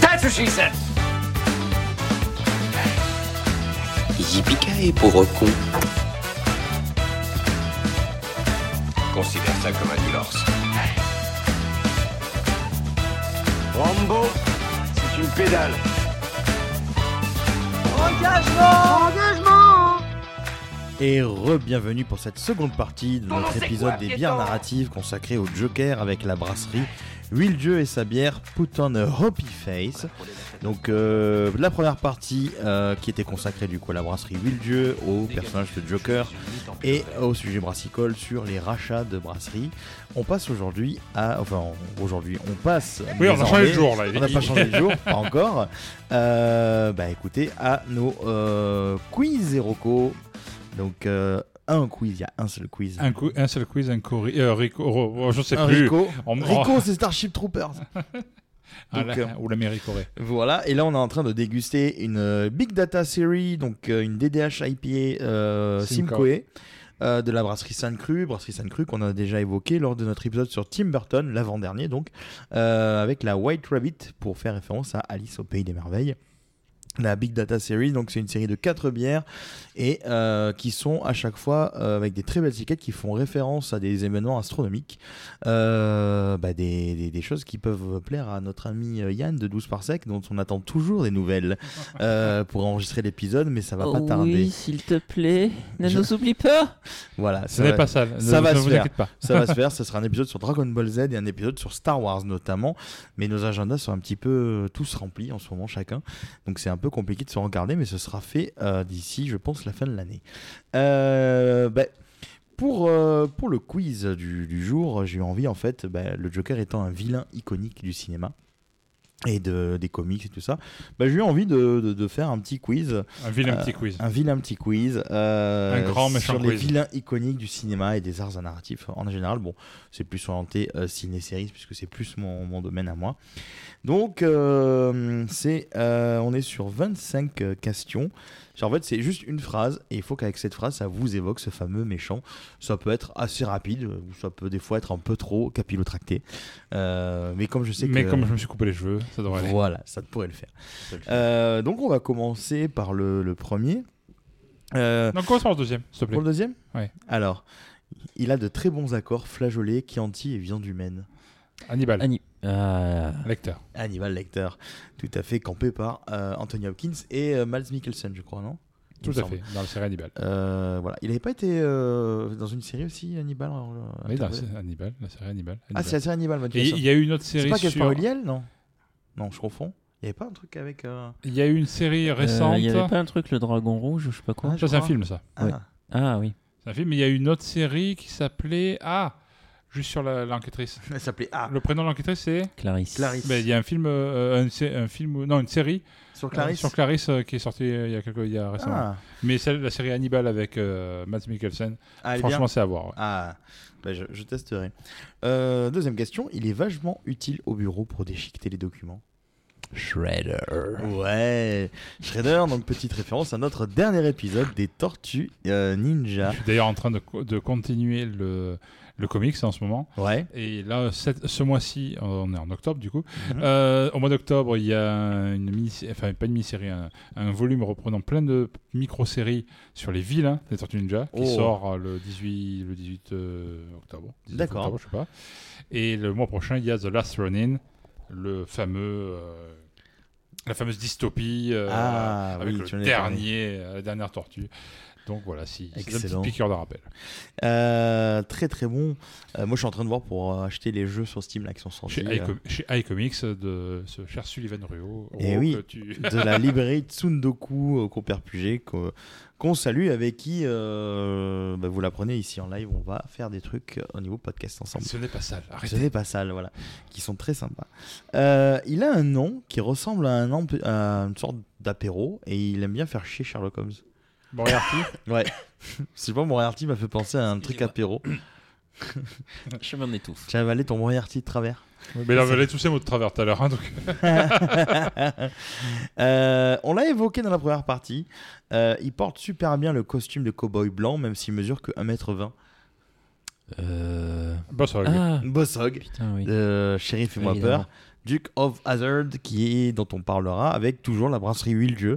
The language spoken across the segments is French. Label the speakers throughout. Speaker 1: That's what she said.
Speaker 2: Yippee pauvre con.
Speaker 3: Considère ça comme un divorce.
Speaker 4: Rambo, c'est une pédale.
Speaker 5: Et re-bienvenue pour cette seconde partie de
Speaker 1: Comment
Speaker 5: notre
Speaker 1: c'est
Speaker 5: épisode
Speaker 1: quoi,
Speaker 5: des
Speaker 1: piéton
Speaker 5: bières narratives consacré au Joker avec la brasserie Will Dieu et sa bière Put on a Hoppy Face. Donc euh, la première partie euh, qui était consacrée du coup à la brasserie Will Dieu, au personnage de Joker et au sujet brassicole sur les rachats de brasseries. On passe aujourd'hui à... Enfin on- aujourd'hui on passe...
Speaker 6: Oui, on a
Speaker 5: désormais-
Speaker 6: changé de jour là.
Speaker 5: on n'a pas changé de jour, pas encore. Euh, bah écoutez, à nos euh, quiz et recos. Donc, euh, un quiz, il y a un seul quiz.
Speaker 6: Un, cou- un seul quiz, un courrier. Euh, Rico, oh, oh, Ah, je sais
Speaker 5: Un
Speaker 6: plus.
Speaker 5: Rico.
Speaker 6: On me-
Speaker 5: Rico, c'est Starship Troopers.
Speaker 6: Ah,
Speaker 5: Donc,
Speaker 6: là,
Speaker 5: euh,
Speaker 6: Ou l'Amérique aurait.
Speaker 5: Voilà, et là on est en train de déguster une euh, Big Data Series, donc euh, une DDH IPA euh,
Speaker 6: Simcoe.
Speaker 5: Simcoe, euh, de la brasserie Sainte Cru, brasserie Sainte Cru qu'on a déjà évoqué lors de notre épisode sur Tim Burton, l'avant-dernier donc, euh, avec la White Rabbit pour faire référence à Alice au Pays des Merveilles. La Big Data Series, donc c'est une série de quatre bières et euh, qui sont à chaque fois euh, avec des très belles étiquettes qui font référence à des événements astronomiques euh, bah, des, des- des choses qui peuvent plaire à notre ami euh, Yann de 12 par sec, dont on attend toujours des nouvelles euh, pour enregistrer l'épisode, mais ça va pas tarder.
Speaker 7: oui, s'il te plaît, ne
Speaker 5: Je-
Speaker 7: nous oublie pas.
Speaker 5: Voilà,
Speaker 6: Ce
Speaker 5: ça
Speaker 6: n'est
Speaker 5: va,
Speaker 6: pas ça. Ne,
Speaker 5: ça va
Speaker 6: ne
Speaker 5: se
Speaker 6: vous
Speaker 5: faire.
Speaker 6: inquiétez pas.
Speaker 5: ça va se faire. Ce sera un épisode sur Dragon Ball Z et un épisode sur Star Wars notamment, mais nos agendas sont un petit peu euh, tous remplis en ce moment chacun, donc c'est un peu compliqué de se regarder, mais ce sera fait euh, d'ici, je pense, la fin de l'année. Euh, bah, pour, euh, pour le quiz du, du jour, j'ai eu envie, en fait, bah, le Joker étant un vilain iconique du cinéma et de, des comics et tout ça, bah, j'ai eu envie de, de- de faire un petit quiz,
Speaker 6: Un vilain
Speaker 5: Euh,
Speaker 6: petit quiz.
Speaker 5: un vilain petit quiz euh,
Speaker 6: Un grand méchant
Speaker 5: sur les
Speaker 6: quiz.
Speaker 5: vilains iconiques du cinéma et des arts narratifs en général. Bon, c'est plus orienté euh, ciné-séries puisque c'est plus mon, mon domaine à moi. Donc, euh, c'est, euh, on est sur 25 euh, questions. Genre, en fait, c'est juste une phrase et il faut qu'avec cette phrase, ça vous évoque ce fameux méchant. Ça peut être assez rapide euh, ou ça peut des fois être un peu trop capillotracté. Euh, mais comme je sais
Speaker 6: Mais
Speaker 5: que.
Speaker 6: comme je me suis coupé les cheveux, ça devrait aller.
Speaker 5: Voilà, ça pourrait le faire.
Speaker 6: Ça devrait
Speaker 5: Euh, donc, on va commencer par le, le premier. Euh,
Speaker 6: Donc, commence par le deuxième, s'il te plaît.
Speaker 5: pour le deuxième
Speaker 6: Ouais.
Speaker 5: Alors, il a de très bons accords flageolés, Chianti et viande humaine.
Speaker 6: Hannibal,
Speaker 7: Annie. Ah.
Speaker 6: lecteur.
Speaker 5: Hannibal Lecter, tout à fait campé par euh, Anthony Hopkins et euh, Miles Mikkelsen, je crois, non Il
Speaker 6: Tout
Speaker 5: me
Speaker 6: à
Speaker 5: semble.
Speaker 6: fait, dans la série Hannibal.
Speaker 5: Euh, voilà. Il n'avait pas été euh, dans une série aussi, Hannibal on l'a
Speaker 6: Oui, dans la
Speaker 5: interviewé.
Speaker 6: série Hannibal, la série Hannibal.
Speaker 5: Ah, c'est la série Hannibal,
Speaker 6: Et
Speaker 5: Mikkelsen.
Speaker 6: il y a eu une autre
Speaker 5: C'est
Speaker 6: série
Speaker 5: pas Gaspard
Speaker 6: sur...
Speaker 5: Ulliel, non Non, je confonds. Il n'y avait pas un truc avec. euh,
Speaker 6: Il y a eu une série récente.
Speaker 7: Euh, Il y avait pas un truc, le dragon rouge ou je sais pas quoi
Speaker 5: Ah, je
Speaker 6: Ça, c'est un
Speaker 5: crois.
Speaker 6: film, ça.
Speaker 5: Ah,
Speaker 7: Ouais. Ah oui.
Speaker 6: C'est un film, mais il y a eu une autre série qui s'appelait... Ah Juste sur la- l'enquêtrice.
Speaker 5: elle s'appelait Ah,
Speaker 6: Le prénom de l'enquêtrice, c'est...
Speaker 7: Clarisse.
Speaker 5: Clarisse.
Speaker 6: Ben, Il y a un film, euh, un, sé- un film, ou- non, une série
Speaker 5: Sur
Speaker 6: euh,
Speaker 5: Clarisse
Speaker 6: sur Clarisse euh, qui est sortie euh, il y a quelques, il y a récemment.
Speaker 5: Ah,
Speaker 6: Mais celle, la série Hannibal avec euh, Matt Mikkelsen,
Speaker 5: Ah, elle est bien.
Speaker 6: franchement, c'est à voir. ouais.
Speaker 5: Ah, bah, je, je testerai. Euh, deuxième question, il est vachement utile au bureau pour déchiqueter les documents. Shredder. Ouais, Shredder, donc petite référence à notre dernier épisode des Tortues euh, Ninja.
Speaker 6: Je suis d'ailleurs en train de, co- de continuer le, le comics en ce moment.
Speaker 5: Ouais,
Speaker 6: Et là, cette- ce mois-ci, on est en octobre du coup.
Speaker 5: Mhm.
Speaker 6: Euh, au mois d'octobre, il y a une mini, enfin pas une mini-série, un, un volume reprenant plein de micro-séries sur les villes hein, des Tortues Ninja qui
Speaker 5: Oh.
Speaker 6: sort euh, le 18, le 18 euh, octobre. 19
Speaker 5: D'accord.
Speaker 6: octobre, je sais pas. Et le mois prochain, il y a The Last Run-In, le fameux, euh, la fameuse dystopie euh,
Speaker 5: Ah,
Speaker 6: avec
Speaker 5: oui, tu en
Speaker 6: le
Speaker 5: avais parlé.
Speaker 6: dernier, euh, la dernière tortue. Donc voilà, si, c'est un petit
Speaker 5: Excellent.
Speaker 6: piqueur de rappel.
Speaker 5: Euh, très très bon. Euh, moi je suis en train de voir pour euh, acheter les jeux sur Steam là qui sont sortis.
Speaker 6: Chez,
Speaker 5: euh,
Speaker 6: iCom- chez iComics euh, de ce cher Sullivan Ruo.
Speaker 5: Eh
Speaker 6: Oh,
Speaker 5: oui.
Speaker 6: que tu-
Speaker 5: de la librairie Tsundoku euh, qu'on perd Puget, qu'on qu'on salue, avec qui euh, bah, vous la prenez ici en live. On va faire des trucs euh, au niveau podcast ensemble.
Speaker 6: Ce n'est pas sale.
Speaker 5: Ce
Speaker 6: Arrêtez.
Speaker 5: n'est pas sale, voilà, qui sont très sympas. Euh, il a un nom qui ressemble à, un amp- à une sorte d'apéro et il aime bien faire chier Sherlock Holmes.
Speaker 6: Moriarty.
Speaker 5: Ouais, c'est pas Moriarty m'a fait penser à un truc apéro.
Speaker 6: Ben,
Speaker 7: Je m'en étouffe.
Speaker 5: J'ai avalé ton Moriarty de travers.
Speaker 6: Mais là, vous allez tous ces mots de travers tout à l'heure. hein, donc...
Speaker 5: Euh, on l'a évoqué dans la première partie. Euh, il porte super bien le costume de cow-boy blanc, même s'il mesure que 1m20.
Speaker 7: Euh...
Speaker 6: Boss Hog.
Speaker 7: Ah,
Speaker 5: Bossog,
Speaker 7: putain, oui.
Speaker 5: euh, Sheriff et moi
Speaker 7: Évidemment.
Speaker 5: peur. Duke of Hazard, qui est dont on parlera, avec toujours la brasserie Wilge.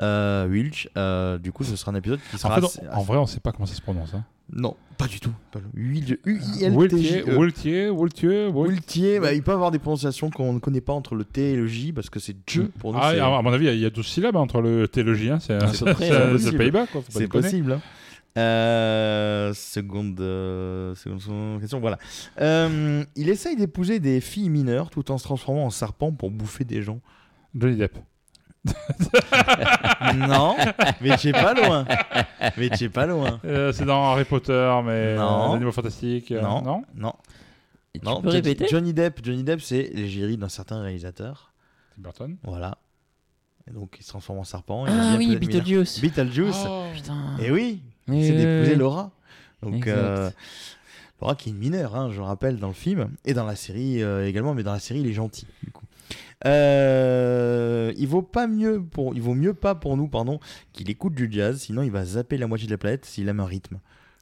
Speaker 5: Euh, Wilge, euh, du coup, ce sera un épisode qui
Speaker 6: En,
Speaker 5: sera.
Speaker 6: fait, on-
Speaker 5: assez-
Speaker 6: en vrai, on ne sait pas comment ça se prononce. Hein.
Speaker 5: Non, pas du tout. Pas le-
Speaker 6: Euh,
Speaker 5: Wilge,
Speaker 6: Woltier,
Speaker 5: U-I-L-T-J-E.
Speaker 6: Woltier, Woltier, Wol-
Speaker 5: Wiltier, E. bah, il peut avoir des prononciations qu'on ne connaît pas entre le T et le J, parce que c'est Dieu pour nous.
Speaker 6: Ah,
Speaker 5: c'est-
Speaker 6: à à mon avis, il y a- il y a 12 syllabes hein, entre le T et le J. hein, C'est c'est-
Speaker 7: c'est
Speaker 6: c'est le
Speaker 5: possible.
Speaker 6: Pays-Bas. quoi, faut pas
Speaker 5: C'est
Speaker 6: déconner.
Speaker 5: possible. hein. Euh, seconde, euh, seconde, seconde question, voilà. Euh, il essaye d'épouser des filles mineures tout en se transformant en serpent pour bouffer des gens.
Speaker 6: Johnny Depp.
Speaker 5: non, mais tu es pas loin. Mais tu es pas loin.
Speaker 6: Euh, c'est dans Harry Potter, mais
Speaker 5: Non.
Speaker 6: euh, Animaux Fantastiques. euh,
Speaker 5: Non.
Speaker 6: non
Speaker 5: Non,
Speaker 7: Tu
Speaker 5: non.
Speaker 7: peux
Speaker 5: Johnny-
Speaker 7: répéter
Speaker 5: Johnny Depp, Johnny Depp, c'est l'égérie d'un certain réalisateur.
Speaker 6: Tim Burton.
Speaker 5: Voilà. Et donc il se transforme en serpent. il
Speaker 7: Ah
Speaker 5: devient
Speaker 7: oui,
Speaker 5: peut-être mineur.
Speaker 7: Beetlejuice.
Speaker 5: Beetlejuice.
Speaker 7: Putain.
Speaker 5: Et oui,
Speaker 7: Oui,
Speaker 5: c'est
Speaker 7: oui,
Speaker 5: d'épouser
Speaker 7: oui.
Speaker 5: Laura. Donc
Speaker 7: Exact.
Speaker 5: euh, Laura qui est une mineure, hein, je rappelle, dans le film et dans la série euh, également, mais dans la série il est gentil. Du coup. Euh, il vaut pas mieux pour, il vaut mieux pas pour nous, pardon, qu'il écoute du jazz, sinon il va zapper la moitié de la planète s'il aime un rythme.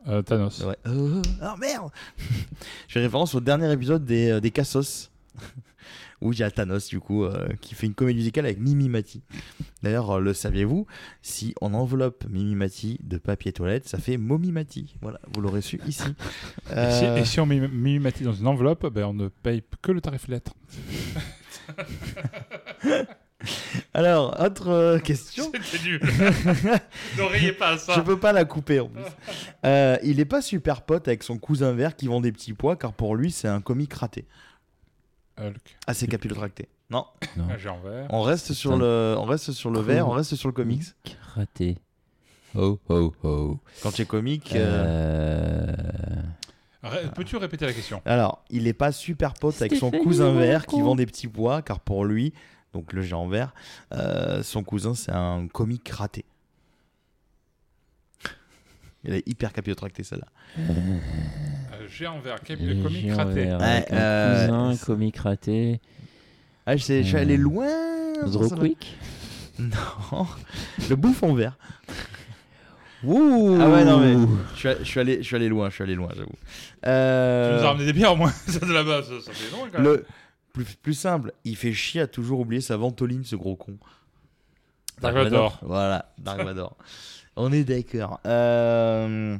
Speaker 6: Euh, Thanos.
Speaker 5: Ouais. Euh, oh merde Je fais référence au dernier épisode des, euh, des Cassos, où il y a Thanos, du coup, euh, qui fait une comédie musicale avec Mimi Mati. D'ailleurs, euh, le saviez-vous Si on enveloppe Mimi Mati de papier toilette, ça fait Momi Mati. Voilà, vous l'aurez su ici.
Speaker 6: Et, si,
Speaker 5: Euh,
Speaker 6: et si on met Mimi Mati dans une enveloppe, ben, on ne paye que le tarif lettre.
Speaker 5: alors, autre euh, question.
Speaker 6: C'était nul. N'auriez pas à
Speaker 5: Je peux pas la couper en plus. Euh, il est pas super pote avec son cousin vert qui vend des petits pois, car pour lui, c'est un comique raté. Ah,
Speaker 6: Hulk.
Speaker 5: Assez capillotracté. Non,
Speaker 6: J'ai en vert.
Speaker 5: on reste sur
Speaker 7: Putain.
Speaker 5: le, on reste sur le vert, on reste sur le comics.
Speaker 7: Raté. Oh, oh, oh.
Speaker 5: Quand tu es comique. euh,
Speaker 7: Euh...
Speaker 6: Ré- Peux-tu répéter la question
Speaker 5: Alors, il n'est pas super pote avec son
Speaker 7: Stéphanie
Speaker 5: cousin vert qui
Speaker 7: Monaco.
Speaker 5: vend des petits bois, car pour lui, donc le géant vert, euh, son cousin, c'est un comique raté. Il est hyper capillotracté, celle-là.
Speaker 6: Euh, J'ai en vert, quel- le
Speaker 7: les
Speaker 6: comique
Speaker 7: gens
Speaker 6: raté.
Speaker 7: vers-
Speaker 5: Ouais,
Speaker 7: avec un
Speaker 5: euh,
Speaker 7: cousin,
Speaker 5: c'est-
Speaker 7: comique raté.
Speaker 5: Ah, je, sais, je suis allé
Speaker 7: Hmm.
Speaker 5: loin. sur
Speaker 7: Zero
Speaker 5: celle-là.
Speaker 7: Quick
Speaker 5: Non. Le bouffon vert.
Speaker 7: Wouh
Speaker 5: Ah ouais, non, mais je suis, je suis allé, je suis allé loin, je suis allé loin, j'avoue.
Speaker 6: Tu nous as
Speaker 5: Euh,
Speaker 6: ramené des bières au moins, ça de là-bas, ça, ça fait long quand même.
Speaker 5: le plus, plus simple, il fait chier à toujours oublier sa ventoline, ce gros con. Bah,
Speaker 6: Dark Vador.
Speaker 5: Voilà, Dark Vador. On est d'accord. Euh,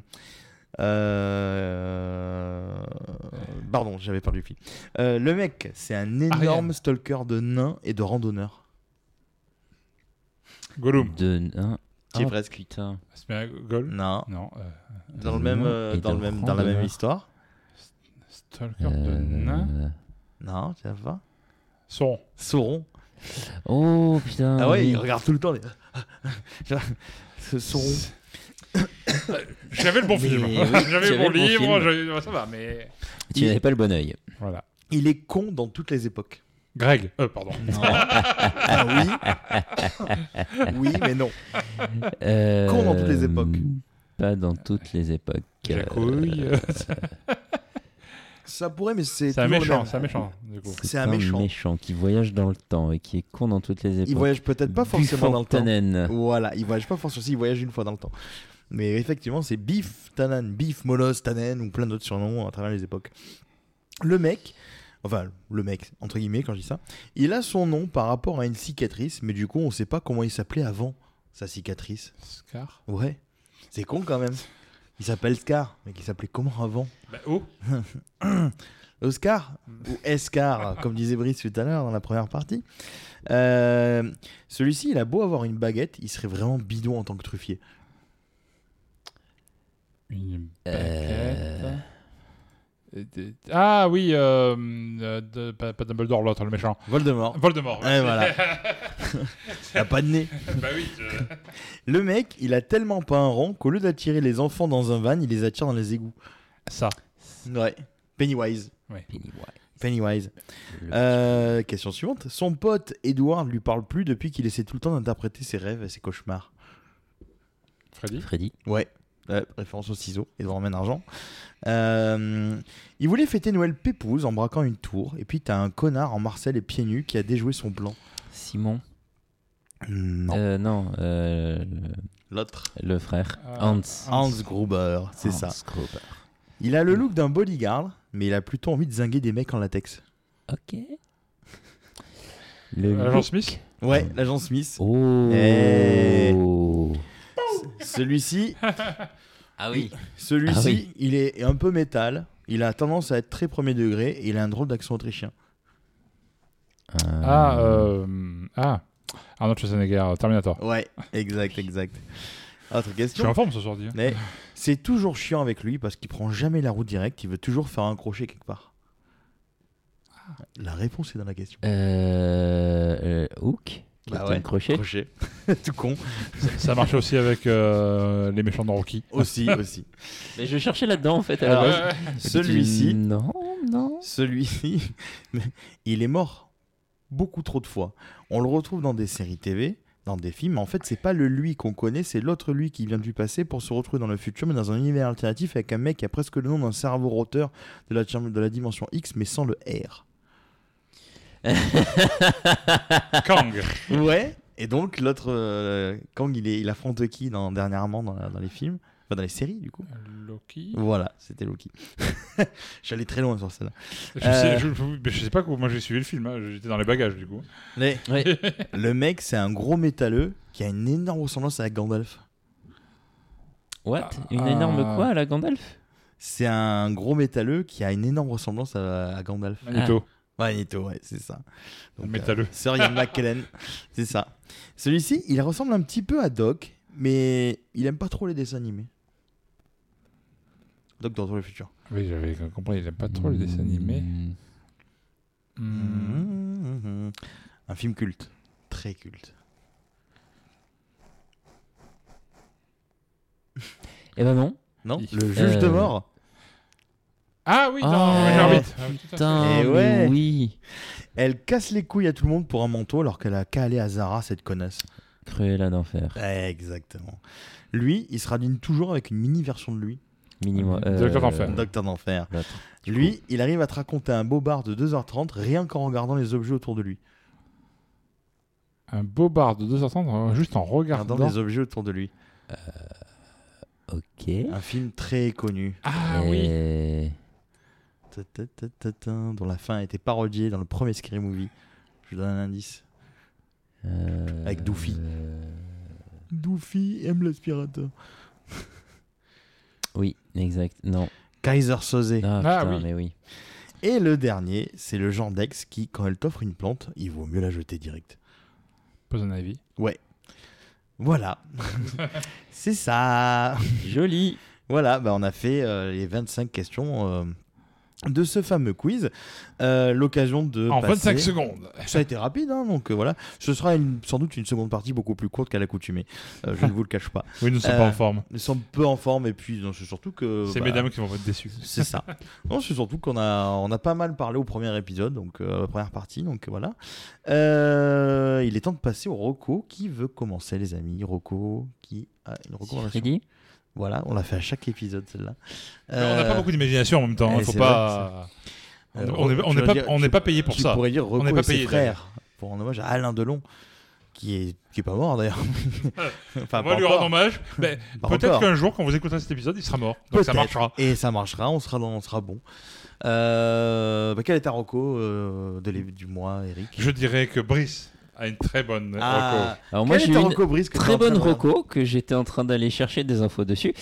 Speaker 5: euh, Pardon, j'avais perdu le fil. Euh, le mec, c'est un énorme
Speaker 6: Ariane.
Speaker 5: stalker de nains et de randonneurs.
Speaker 6: Gollum.
Speaker 7: De... un-
Speaker 5: T'y es
Speaker 7: Ah,
Speaker 5: presque.
Speaker 7: Putain.
Speaker 6: Asmea Gollum.
Speaker 5: Hein Non,
Speaker 6: Non. euh,
Speaker 5: dans le
Speaker 7: De
Speaker 5: même,
Speaker 7: nains
Speaker 5: euh,
Speaker 7: Mmh. et
Speaker 5: dans
Speaker 7: de
Speaker 5: le même, dans la même
Speaker 7: randonneurs.
Speaker 5: histoire.
Speaker 6: Stalker de nain.
Speaker 7: Euh,
Speaker 5: Non, tu vas pas.
Speaker 6: Sauron.
Speaker 5: Sauron.
Speaker 7: Oh putain.
Speaker 5: Ah ouais,
Speaker 7: oui.
Speaker 5: il regarde tout le temps. les- Ce Sauron.
Speaker 6: Euh, J'avais le bon
Speaker 7: Mais
Speaker 6: film.
Speaker 7: oui,
Speaker 6: J'avais
Speaker 7: j'avais
Speaker 6: le bon
Speaker 7: le bon
Speaker 6: livre.
Speaker 7: film.
Speaker 6: j'avais- Ça va, mais.
Speaker 7: Tu n'avais pas le bon oeil.
Speaker 6: Voilà.
Speaker 5: Il est con dans toutes les époques.
Speaker 6: Greg. Euh, pardon.
Speaker 5: Non. ah oui. oui, mais non.
Speaker 7: Euh,
Speaker 5: Con dans toutes les époques.
Speaker 7: Pas dans toutes les époques.
Speaker 6: Jacouille.
Speaker 7: Euh,
Speaker 6: euh,
Speaker 5: Ça pourrait, mais c'est.
Speaker 6: C'est un
Speaker 5: toujours le
Speaker 6: méchant,
Speaker 5: même.
Speaker 6: c'est un méchant, du coup.
Speaker 5: C'est un
Speaker 7: putain,
Speaker 5: méchant.
Speaker 7: qui voyage dans le temps et qui est con dans toutes les époques.
Speaker 5: Il voyage peut-être pas forcément dans le temps. Oh,
Speaker 7: Bufontanen.
Speaker 5: Voilà, il voyage pas forcément, si, il voyage une fois dans le temps. Mais effectivement, c'est Bif Tanan, Bif Molos Tanen ou plein d'autres surnoms à travers les époques. Le mec, enfin le mec, entre guillemets quand je dis ça, il a son nom par rapport à une cicatrice, mais du coup on sait pas comment il s'appelait avant sa cicatrice.
Speaker 6: Scar.
Speaker 5: Ouais, c'est con quand même. Il s'appelle Scar, mais il s'appelait comment avant
Speaker 6: Bah, oh.
Speaker 5: Oscar ou Escar, comme disait Brice tout à l'heure dans la première partie. Euh, Celui-ci, il a beau avoir une baguette, il serait vraiment bidon en tant que truffier.
Speaker 6: Une
Speaker 7: Euh.
Speaker 6: baguette. Et des- Ah oui, euh, euh, de- pas, pas Dumbledore, l'autre, le méchant.
Speaker 5: Voldemort.
Speaker 6: Voldemort.
Speaker 5: Et voilà. Il a pas de nez.
Speaker 6: bah oui. je-
Speaker 5: Le mec, il a tellement pas un rond qu'au lieu d'attirer les enfants dans un van, il les attire dans les égouts.
Speaker 6: Ça.
Speaker 5: Ouais. Pennywise.
Speaker 7: Pennywise.
Speaker 5: Pennywise.
Speaker 7: Le
Speaker 5: Euh, question suivante. Son pote Edward lui parle plus depuis qu'il essaie tout le temps d'interpréter ses rêves et ses cauchemars.
Speaker 6: Freddy.
Speaker 7: Freddy.
Speaker 5: Ouais. Ouais, référence au ciseau, Edward Ménargent. Euh, il voulait fêter Noël Pépouze en braquant une tour, et puis t'as un connard en Marcel et pieds nus qui a déjoué son plan.
Speaker 7: Simon.
Speaker 5: Non.
Speaker 7: Euh, non, euh, le,
Speaker 5: L'autre.
Speaker 7: le frère.
Speaker 6: Euh,
Speaker 7: Hans.
Speaker 5: Hans Gruber, c'est
Speaker 7: Hans
Speaker 5: ça.
Speaker 7: Gruber.
Speaker 5: Il a le look d'un bodyguard, mais il a plutôt envie de zinguer des mecs en latex.
Speaker 7: Ok. Le
Speaker 6: Agent
Speaker 7: look.
Speaker 6: Smith.
Speaker 5: Ouais, l'agent Smith.
Speaker 7: Oh.
Speaker 5: Eh. Celui-ci,
Speaker 7: Ah
Speaker 5: Oh. oui. celui-ci,
Speaker 7: Ah oui.
Speaker 5: il est un peu métal. Il a tendance à être très premier degré et il a un drôle d'accent autrichien.
Speaker 6: Ah, euh, ah. Arnold Schwarzenegger, euh, Terminator.
Speaker 5: Ouais, exact, exact. Autre
Speaker 6: Je suis
Speaker 5: question.
Speaker 6: en forme ce soir, dit.
Speaker 5: Mais c'est toujours chiant avec lui parce qu'il prend jamais la route directe. Il veut toujours faire un crochet quelque part. La réponse est dans la question.
Speaker 7: Euh, euh, Hook.
Speaker 5: Bah
Speaker 7: Captain
Speaker 5: ouais,
Speaker 7: Crochet.
Speaker 5: Crochet. Tout con.
Speaker 6: Ça marchait aussi avec euh, les méchants dans Rocky.
Speaker 5: Aussi, aussi.
Speaker 7: Mais je cherchais là-dedans en fait à la
Speaker 5: Alors,
Speaker 7: base.
Speaker 5: Celui-ci.
Speaker 7: Non, non.
Speaker 5: Celui-ci, il est mort beaucoup trop de fois. On le retrouve dans des séries TV, dans des films. En fait, c'est pas le lui qu'on connaît, c'est l'autre lui qui vient du passé pour se retrouver dans le futur, mais dans un univers alternatif avec un mec qui a presque le nom d'un cerveau roteur de la, de la dimension X, mais sans le R.
Speaker 6: Kang.
Speaker 5: Ouais. Et donc, l'autre, euh, Kang, il, est, il affronte qui dans, dernièrement dans, la- dans les films Enfin, dans les séries, du coup.
Speaker 6: Loki.
Speaker 5: Voilà, c'était Loki. J'allais très loin sur celle-là.
Speaker 6: Je,
Speaker 5: Euh.
Speaker 6: sais, je, je- je sais pas comment moi j'ai suivi le film. hein. J'étais dans les bagages du coup.
Speaker 5: Mais
Speaker 7: Ouais.
Speaker 5: le mec, c'est un gros métalleux qui a une énorme ressemblance à Gandalf.
Speaker 7: What Une
Speaker 6: Ah.
Speaker 7: énorme quoi, la Gandalf
Speaker 5: C'est un gros métalleux qui a une énorme ressemblance à, à Gandalf.
Speaker 6: Magneto.
Speaker 5: Magneto, ouais, c'est ça. Donc,
Speaker 6: Métalleux.
Speaker 5: euh, Sir Ian McKellen, c'est ça. Celui-ci, il ressemble un petit peu à Doc, mais il aime pas trop les dessins animés. Doc dans le futur.
Speaker 6: Oui, j'avais compris. Il aime pas trop les dessins animés.
Speaker 7: Hmm.
Speaker 6: Hmm.
Speaker 5: Mmh, Un film culte. Très culte.
Speaker 7: Eh ben non.
Speaker 5: Non
Speaker 6: Il-
Speaker 5: Le juge de
Speaker 7: Euh,
Speaker 5: mort
Speaker 6: Ah oui, dans
Speaker 7: Ah.
Speaker 6: Roger Rabbit. Ah oui, tout à fait.
Speaker 7: Putain,
Speaker 5: Eh
Speaker 7: mais
Speaker 5: ouais.
Speaker 7: oui.
Speaker 5: Elle casse les couilles à tout le monde pour un manteau alors qu'elle a qu'à aller à Zara, cette connasse.
Speaker 7: Cruella d'enfer.
Speaker 5: Exactement. Lui, il se radine toujours avec une mini-version de lui.
Speaker 7: Minimum.
Speaker 6: Euh, Docteur d'Enfer.
Speaker 5: Docteur d'enfer.
Speaker 7: L'autre.
Speaker 5: Lui, il arrive à te raconter un beau bar de 2h30 rien qu'en regardant les objets autour de lui.
Speaker 6: Un beau bar de 2h30 euh, juste en regardant.
Speaker 5: Regardant les objets autour de lui.
Speaker 7: Ok.
Speaker 5: Un film très connu.
Speaker 6: Ah oui.
Speaker 7: Eh,
Speaker 5: Ta- ta- ta- ta- ta, Dont la fin a été parodiée dans le premier Scary Movie. Je vous donne un indice.
Speaker 7: euh,
Speaker 5: Avec Doofy.
Speaker 7: euh,
Speaker 5: Doofy aime l'aspirateur.
Speaker 7: Oui, exact. Non.
Speaker 5: Kaiser Sosé.
Speaker 7: Ah,
Speaker 6: Ah,
Speaker 7: putain,
Speaker 6: oui.
Speaker 7: mais oui.
Speaker 5: Et le dernier, c'est le genre d'ex qui, quand elle t'offre une plante, il vaut mieux la jeter direct.
Speaker 6: Poison Ivy.
Speaker 5: Voilà. c'est ça.
Speaker 7: Joli.
Speaker 5: Voilà, bah on a fait euh, les 25 questions euh, de ce fameux quiz. Euh, L'occasion de.
Speaker 6: En
Speaker 5: passer-
Speaker 6: 25 secondes.
Speaker 5: Ça a été rapide, hein, donc euh, voilà. Ce sera une- sans doute une seconde partie beaucoup plus courte qu'à l'accoutumée. Euh, je ne vous le cache pas.
Speaker 6: Oui, nous sommes
Speaker 5: Euh,
Speaker 6: pas en forme.
Speaker 5: Nous sommes peu en forme et puis non, c'est surtout que.
Speaker 6: C'est
Speaker 5: bah,
Speaker 6: mesdames qui vont être déçues.
Speaker 5: C'est ça. Non, c'est surtout qu'on a, on a pas mal parlé au premier épisode, donc euh, première partie, donc voilà. Euh, il est temps de passer au Rocco. Qui veut commencer, les amis Rocco, qui a une recommandation
Speaker 7: Freddy
Speaker 5: Voilà, on l'a fait à chaque épisode, celle-là.
Speaker 6: Mais On n'a pas
Speaker 5: Euh,
Speaker 6: beaucoup d'imagination en même temps. hein,
Speaker 5: eh,
Speaker 6: Faut
Speaker 5: c'est
Speaker 6: pas. On
Speaker 5: Euh,
Speaker 6: on est- on
Speaker 5: je
Speaker 6: n'est
Speaker 5: veux
Speaker 6: pas,
Speaker 5: dire,
Speaker 6: on
Speaker 5: tu-
Speaker 6: n'est pas payé pour
Speaker 5: tu
Speaker 6: ça.
Speaker 5: pourrais dire Rocco
Speaker 6: n'est pas
Speaker 5: et ses
Speaker 6: payé,
Speaker 5: frères pour un hommage à Alain Delon qui est qui est pas mort d'ailleurs. enfin, pas
Speaker 6: On va lui
Speaker 5: encore.
Speaker 6: rendre hommage. Mais
Speaker 5: Pas
Speaker 6: Peut-être
Speaker 5: encore.
Speaker 6: qu'un jour, quand vous écouterez cet épisode, il sera mort. Donc ça
Speaker 5: Peut-être.
Speaker 6: marchera.
Speaker 5: Et ça marchera, on sera dans, on sera bon. Euh, bah, quel est ta Rocco euh, de l'é- du mois, Eric
Speaker 6: Je dirais que Brice à une très bonne reco.
Speaker 5: Ah,
Speaker 7: Alors moi
Speaker 5: Quelle
Speaker 7: j'ai eu
Speaker 5: était
Speaker 7: une
Speaker 5: Rocco Brice que t'es
Speaker 7: très
Speaker 5: en train
Speaker 7: bonne
Speaker 5: de voir
Speaker 7: roco que j'étais en train d'aller chercher des infos dessus.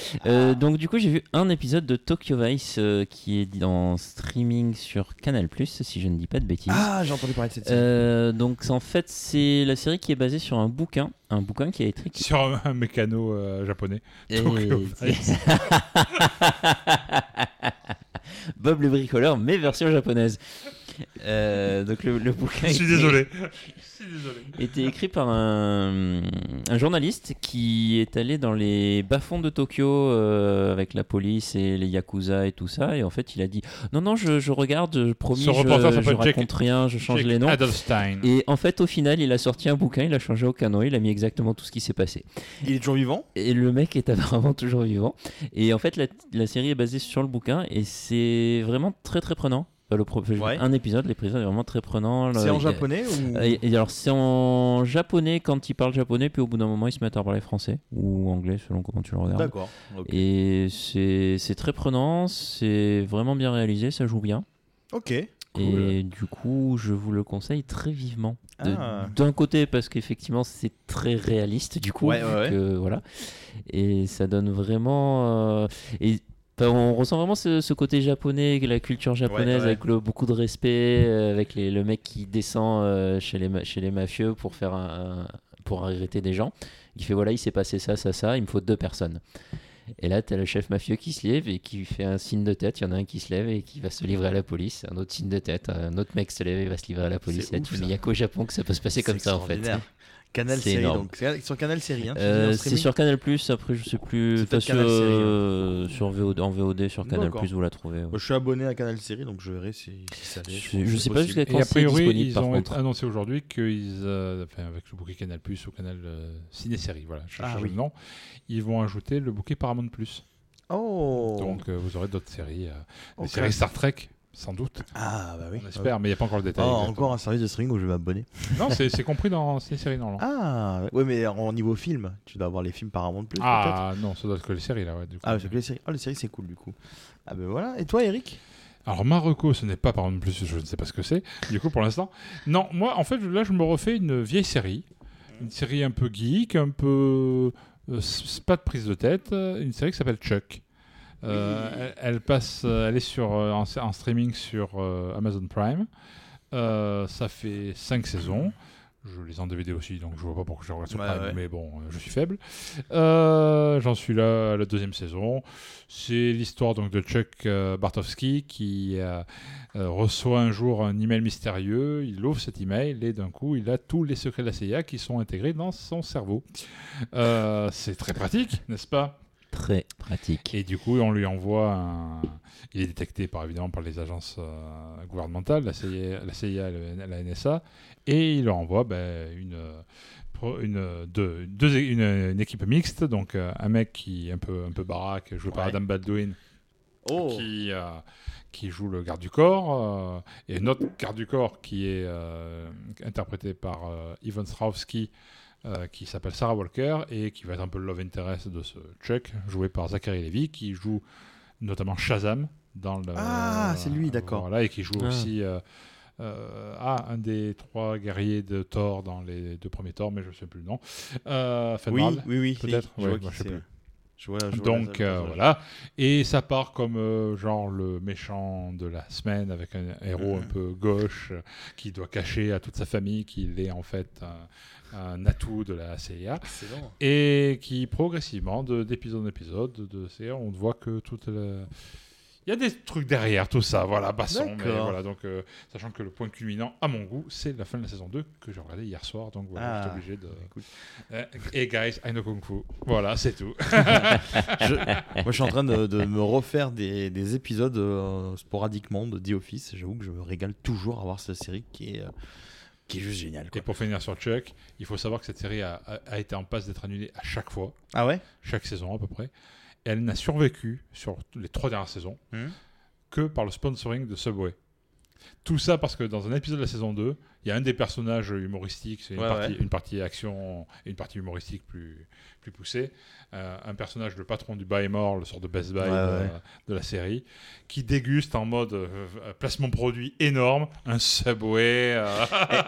Speaker 5: Ah.
Speaker 7: Euh, donc du coup j'ai vu un épisode de Tokyo Vice euh, qui est en streaming sur Canal+, si je ne dis pas de bêtises.
Speaker 5: Ah, j'ai entendu parler de cette série.
Speaker 7: Euh, donc en fait c'est la série qui est basée sur un bouquin, un bouquin qui a été
Speaker 6: Sur un, un mécano euh, japonais.
Speaker 7: Et-
Speaker 6: Tokyo Vice.
Speaker 7: Bob le bricoleur, mais version japonaise. Euh, donc le, le bouquin
Speaker 6: Je suis
Speaker 7: était-
Speaker 6: désolé. Je suis désolé.
Speaker 7: était écrit par un, un journaliste qui est allé dans les bas-fonds de Tokyo euh, avec la police et les yakuza et tout ça. Et en fait, il a dit Non, non, je, je regarde, je promis,
Speaker 6: Ce
Speaker 7: je,
Speaker 6: reporter s'appelle
Speaker 7: je
Speaker 6: Jack-
Speaker 7: raconte rien, je change
Speaker 6: Jake
Speaker 7: les noms.
Speaker 6: Adelstein.
Speaker 5: Mm.
Speaker 7: Et en fait, au final, il a sorti un bouquin, il a changé aucun nom, il a mis exactement tout ce qui s'est passé.
Speaker 5: Il est toujours vivant
Speaker 7: Et le mec est apparemment toujours vivant. Et en fait, la, la série est basée sur le bouquin et c'est vraiment très très prenant. Enfin, le pro- enfin, j'ai vu
Speaker 5: Ouais.
Speaker 7: Un épisode, l'épisode est vraiment très prenant.
Speaker 5: C'est
Speaker 7: Le-
Speaker 5: en
Speaker 7: il y a-
Speaker 5: japonais ou
Speaker 7: et, et alors c'est en japonais quand ils parlent japonais, puis au bout d'un moment ils se mettent à parler français ou anglais selon comment tu le regardes.
Speaker 5: D'accord. ok.
Speaker 7: Et c'est c'est très prenant, c'est vraiment bien réalisé, ça joue bien.
Speaker 5: Ok.
Speaker 7: Et du coup, je vous le conseille très vivement. De-
Speaker 5: Ah.
Speaker 7: D'un côté, parce qu'effectivement, c'est très réaliste, du coup.
Speaker 5: Ouais, ouais,
Speaker 7: vu
Speaker 5: ouais.
Speaker 7: que- voilà. Et ça donne vraiment. euh, et enfin, on ressent vraiment ce, ce côté japonais, la culture japonaise,
Speaker 5: ouais.
Speaker 7: avec le- beaucoup de respect, euh, avec les- le mec qui descend euh, chez, les, ma- chez les mafieux pour faire un. un- pour arrêter des gens, il fait voilà, il s'est passé ça, ça, ça, il me faut deux personnes. Et là, t'as le chef mafieux qui se lève et qui fait un signe de tête. Il y en a un qui se lève et qui va se livrer à la police. Un autre signe de tête. Un autre mec se lève et va se livrer à la police.
Speaker 5: C'est
Speaker 7: Là,
Speaker 5: ouf,
Speaker 7: tu me
Speaker 5: ça.
Speaker 7: dis, il y a qu'au Japon que ça peut se passer comme ça, en fait.
Speaker 5: extraordinaire. Canal
Speaker 7: C'est
Speaker 5: série
Speaker 7: énorme.
Speaker 5: donc. C'est sur Canal série hein, tu
Speaker 7: Euh,
Speaker 5: dis en
Speaker 7: c'est
Speaker 5: streaming
Speaker 7: sur Canal Plus. Après, je sais plus.
Speaker 5: C'est
Speaker 7: Enfin,
Speaker 5: peut-être
Speaker 7: sur,
Speaker 5: Canal Série, hein.
Speaker 7: euh, sur VOD, en VOD sur Canal
Speaker 5: D'accord.
Speaker 7: Plus, vous la trouvez. ouais.
Speaker 5: Moi, Je suis abonné à Canal série donc je verrai si, si ça l'est.
Speaker 7: Je, je sais pas
Speaker 5: possible.
Speaker 7: jusqu'à quand
Speaker 6: Et a
Speaker 7: c'est
Speaker 6: priori,
Speaker 7: disponible.
Speaker 6: ils
Speaker 7: par
Speaker 6: ont
Speaker 7: contre.
Speaker 6: annoncé aujourd'hui qu'ils, euh, enfin, avec le bouquet Canal Plus au canal euh, Ciné-Série, voilà, je
Speaker 5: Ah
Speaker 6: cherche
Speaker 5: oui.
Speaker 6: le nom, ils vont ajouter le bouquet Paramount Plus.
Speaker 5: Oh.
Speaker 6: Donc euh, vous aurez d'autres séries, euh, des
Speaker 5: Ok.
Speaker 6: séries Star Trek, sans doute,
Speaker 5: Ah bah oui.
Speaker 6: on espère, mais il n'y a pas encore le
Speaker 5: Ah,
Speaker 6: détail.
Speaker 5: encore un service de streaming où je vais m'abonner.
Speaker 6: exactement. Non, c'est c'est compris dans Ciné-Série, normalement.
Speaker 5: Ah, ouais, mais en niveau film, tu dois avoir les films Paramount Plus peut-être.
Speaker 6: Ah, non, ça doit être que les séries, là, ouais, du coup.
Speaker 5: Ah, c'est que les séries. Ah, les séries c'est cool du coup. Ah ben voilà. Et toi, Eric
Speaker 6: Alors Marocco, ce n'est pas par exemple plus, je ne sais pas ce que c'est. Du coup, pour l'instant, non. Moi, en fait, là, je me refais une vieille série, une série un peu geek, un peu euh, s- pas de prise de tête, euh, une série qui s'appelle Chuck. Euh, elle, elle passe, euh, elle est sur euh, en, en streaming sur euh, Amazon Prime. Euh, ça fait 5 saisons. Je les ai en DVD aussi, donc je vois pas pourquoi je les regarde sur
Speaker 5: Ouais,
Speaker 6: Prime,
Speaker 5: ouais.
Speaker 6: mais bon, euh, je suis faible. Euh, J'en suis là à la deuxième saison. C'est l'histoire donc de Chuck euh, Bartowski qui euh, euh, reçoit un jour un email mystérieux. Il ouvre cet email et d'un coup, il a tous les secrets de la CIA qui sont intégrés dans son cerveau. Euh, C'est très pratique, n'est-ce pas
Speaker 7: Très pratique.
Speaker 6: et du coup, on lui envoie un... Il est détecté par, évidemment par les agences euh, gouvernementales, la CIA, la, CIA, le- la NSA, et il leur envoie ben, une, pro- une, deux, deux- une, une équipe mixte, donc euh, un mec qui est un peu, un peu baraque, joué par
Speaker 5: Ouais.
Speaker 6: Adam Baldwin,
Speaker 5: Oh.
Speaker 6: qui, euh, qui joue le garde du corps, euh, et notre garde du corps qui est euh, interprété par euh, Yvonne Strahovski, euh, qui s'appelle Sarah Walker, et qui va être un peu le love interest de ce Chuck, joué par Zachary Levy, qui joue notamment Shazam dans le...
Speaker 5: Ah, c'est lui, d'accord.
Speaker 6: Voilà, et qui joue
Speaker 7: Ah.
Speaker 6: aussi... euh, euh, ah, un des trois guerriers de Thor dans les deux premiers Thor, mais je ne sais plus le nom. Euh,
Speaker 5: Oui,
Speaker 6: Fenral.
Speaker 5: oui, oui.
Speaker 6: peut-être,
Speaker 5: Je
Speaker 6: ouais,
Speaker 5: vois
Speaker 6: moi,
Speaker 5: qui
Speaker 6: je
Speaker 5: c'est,
Speaker 6: sais plus.
Speaker 5: ouais. Je vois- je vois
Speaker 6: Donc
Speaker 5: les-
Speaker 6: euh, voilà. Et ça part comme euh, genre le méchant de la semaine avec un héros un
Speaker 5: Mhm.
Speaker 6: peu gauche euh, qui doit cacher à toute sa famille qu'il est en fait un, un atout de la CIA. Et qui progressivement, de- d'épisode en épisode, de, de CIA, on voit que toute la- Il y a des trucs derrière tout ça, voilà, basson. mais
Speaker 5: D'accord.
Speaker 6: voilà, donc, euh, sachant que le point culminant, à mon goût, c'est la fin de la saison 2 que j'ai regardé hier soir, donc voilà,
Speaker 5: Ah.
Speaker 6: j'étais obligé de.
Speaker 5: Écoute.
Speaker 6: Euh, hey guys, I know Kung Fu. Voilà, c'est tout.
Speaker 5: Moi, je suis en train de, de me refaire des, des épisodes euh, sporadiquement de The Office. J'avoue que je me régale toujours à voir cette série qui est, euh, qui est juste géniale. quoi.
Speaker 6: Et pour finir sur Chuck, il faut savoir que cette série a, a- a été en passe d'être annulée à chaque fois,
Speaker 5: Ah ouais
Speaker 6: chaque saison à peu près. Et elle n'a survécu sur t- les trois dernières saisons
Speaker 5: Mhm.
Speaker 6: que par le sponsoring de Subway. Tout ça parce que dans un épisode de la saison 2, il y a un des personnages humoristiques, c'est une,
Speaker 5: Ouais,
Speaker 6: partie,
Speaker 5: ouais.
Speaker 6: une partie action et une partie humoristique plus, plus poussée. Euh, un personnage, le patron du Buy More, le sort de Best Buy
Speaker 5: Ouais,
Speaker 6: de, la-
Speaker 5: ouais.
Speaker 6: de la série, qui déguste en mode euh, euh, placement produit énorme, un Subway. euh,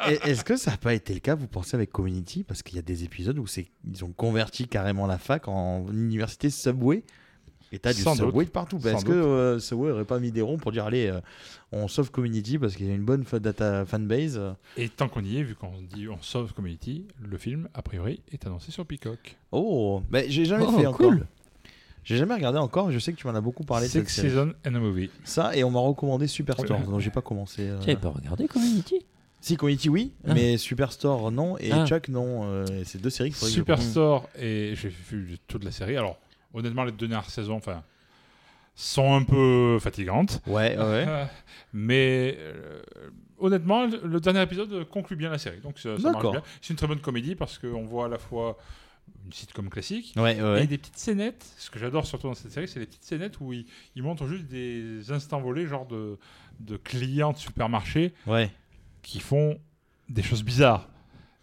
Speaker 5: Et- et- Est-ce que ça n'a pas été le cas, vous pensez, avec Community Parce qu'il y a des épisodes où c'est- ils ont converti carrément la fac en université Subway. Et t'as du
Speaker 6: Sans
Speaker 5: Subway
Speaker 6: doute.
Speaker 5: de partout. Bah,
Speaker 6: Sans
Speaker 5: Est-ce que
Speaker 6: doute.
Speaker 5: euh, Subway aurait pas mis des ronds pour dire allez, euh, on sauve Community parce qu'il y a une bonne fa- data fanbase euh.
Speaker 6: Et tant qu'on y est, vu qu'on dit on sauve Community, le film, a priori, est annoncé sur Peacock.
Speaker 5: Oh, bah, j'ai jamais
Speaker 7: Oh,
Speaker 5: fait encore.
Speaker 7: cool.
Speaker 5: J'ai jamais regardé encore. Je sais que tu m'en as beaucoup parlé. de
Speaker 6: Six
Speaker 5: cette série.
Speaker 6: Seasons and a Movie.
Speaker 5: Ça et on m'a recommandé Superstore,
Speaker 6: Ouais.
Speaker 5: donc j'ai pas commencé. euh.
Speaker 7: J'avais pas regardé Community.
Speaker 5: Si Community oui,
Speaker 7: Ah.
Speaker 5: mais Superstore non et
Speaker 7: Ah.
Speaker 5: Chuck non. euh, et c'est deux séries. qu'il faudrait que je
Speaker 6: Superstore, et j'ai vu toute la série. Alors, honnêtement, les deux dernières saisons, enfin, sont un peu fatigantes.
Speaker 5: prenne. Ouais, ouais.
Speaker 6: Euh, mais euh, honnêtement, le le dernier épisode conclut bien la série. Donc ça, ça marche
Speaker 5: D'accord.
Speaker 6: bien. C'est une très bonne comédie parce qu'on voit à la fois une sitcom classique
Speaker 5: Ouais,
Speaker 6: et
Speaker 5: ouais.
Speaker 6: des petites scénettes. Ce que j'adore surtout dans cette série, c'est les petites scénettes où ils, ils montrent juste des instants volés, genre de, de clients de supermarché
Speaker 5: ouais.
Speaker 6: qui font des choses bizarres.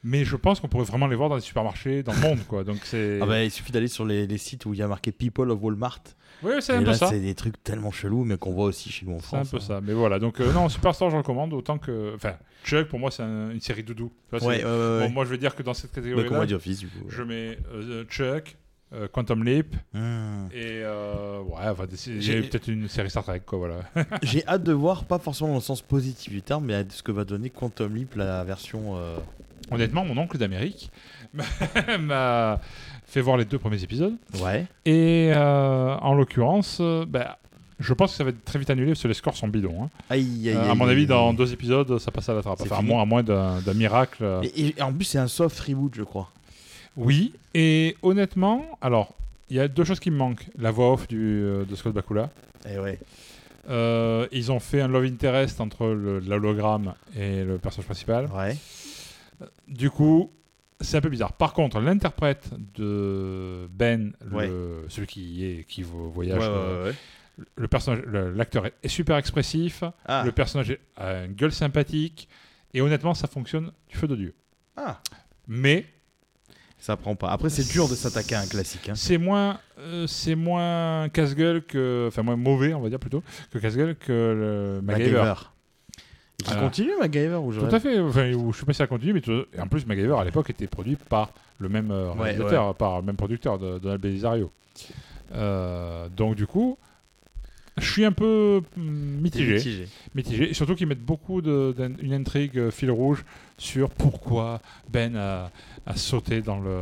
Speaker 6: Mais je pense qu'on pourrait vraiment les voir dans les supermarchés, dans le monde, quoi. Donc c'est.
Speaker 5: Ah bah, il suffit d'aller sur les, les sites où il y a marqué People of Walmart.
Speaker 6: Oui, c'est
Speaker 5: Et
Speaker 6: un peu
Speaker 5: là,
Speaker 6: ça.
Speaker 5: c'est des trucs tellement chelous, mais qu'on voit aussi chez nous en
Speaker 6: C'est un
Speaker 5: France.
Speaker 6: peu
Speaker 5: hein.
Speaker 6: ça. Mais voilà, donc euh, non, Superstore, je recommande autant que. Enfin, Chuck, pour moi, c'est un- une série doudou. Tu vois, c'est-
Speaker 5: Ouais, ouais, ouais, Bah,
Speaker 6: Bon,
Speaker 5: ouais.
Speaker 6: moi, je veux dire que dans cette
Speaker 5: Mais qu'on
Speaker 6: catégorie-là,
Speaker 5: voit du office, du coup.
Speaker 6: je mets euh, Chuck, euh, Quantum Leap
Speaker 5: Hmm.
Speaker 6: et euh, ouais, enfin, des- il y a
Speaker 5: J'ai-
Speaker 6: eu peut-être une série Star Trek, quoi, voilà.
Speaker 5: J'ai hâte de voir, pas forcément dans le sens positif du terme, mais à ce que va donner Quantum Leap, la version. euh,
Speaker 6: Honnêtement, mon oncle d'Amérique m'a fait voir les deux premiers épisodes
Speaker 5: Ouais.
Speaker 6: et euh, en l'occurrence, euh, bah, je pense que ça va être très vite annulé parce que les scores sont bidons. hein.
Speaker 5: Aïe, aïe,
Speaker 6: Euh,
Speaker 5: aïe,
Speaker 6: à mon
Speaker 5: aïe,
Speaker 6: avis,
Speaker 5: aïe.
Speaker 6: dans deux épisodes, ça passe à la trappe.
Speaker 5: C'est
Speaker 6: Enfin, à
Speaker 5: fini.
Speaker 6: moins, à moins d'un d'un miracle. euh,
Speaker 5: Et, et- et en plus, c'est un soft reboot, je crois.
Speaker 6: Oui, et honnêtement, alors, il y a deux choses qui me manquent. La voix off du, euh, de Scott Bakula.
Speaker 5: Et Eh ouais.
Speaker 6: Euh, ils ont fait un love interest entre le- l'hologramme et le personnage principal.
Speaker 5: Ouais.
Speaker 6: Du coup, c'est un peu bizarre. Par contre, l'interprète de Ben, le-
Speaker 5: Ouais.
Speaker 6: celui qui, est, qui vo- voyage,
Speaker 5: Ouais, ouais,
Speaker 6: euh,
Speaker 5: ouais, ouais.
Speaker 6: le personnage, le- l'acteur est- est super expressif.
Speaker 5: Ah.
Speaker 6: Le personnage est- a une gueule sympathique. Et honnêtement, ça fonctionne du feu de Dieu.
Speaker 5: Ah.
Speaker 6: Mais
Speaker 5: Ça prend pas. Après, c'est dur de s'attaquer à un classique. hein.
Speaker 6: C'est moins, euh, c'est moins casse-gueule que, enfin moins mauvais, on va dire plutôt, que casse-gueule que le MacGyver.
Speaker 5: Et Qui
Speaker 6: Ah.
Speaker 5: continue MacGyver ou je
Speaker 6: Tout à fait. Enfin, ou je sais pas si ça continue, mais tout- et en plus MacGyver à l'époque était produit par le même euh,
Speaker 5: Ouais,
Speaker 6: réalisateur, par le même producteur, de- Donald Belisario. Euh, donc du coup, je suis un peu mm, mitigé, mitigé. Et surtout qu'ils mettent beaucoup de- d'in- une intrigue euh, fil rouge sur pourquoi Ben a, a sauté dans le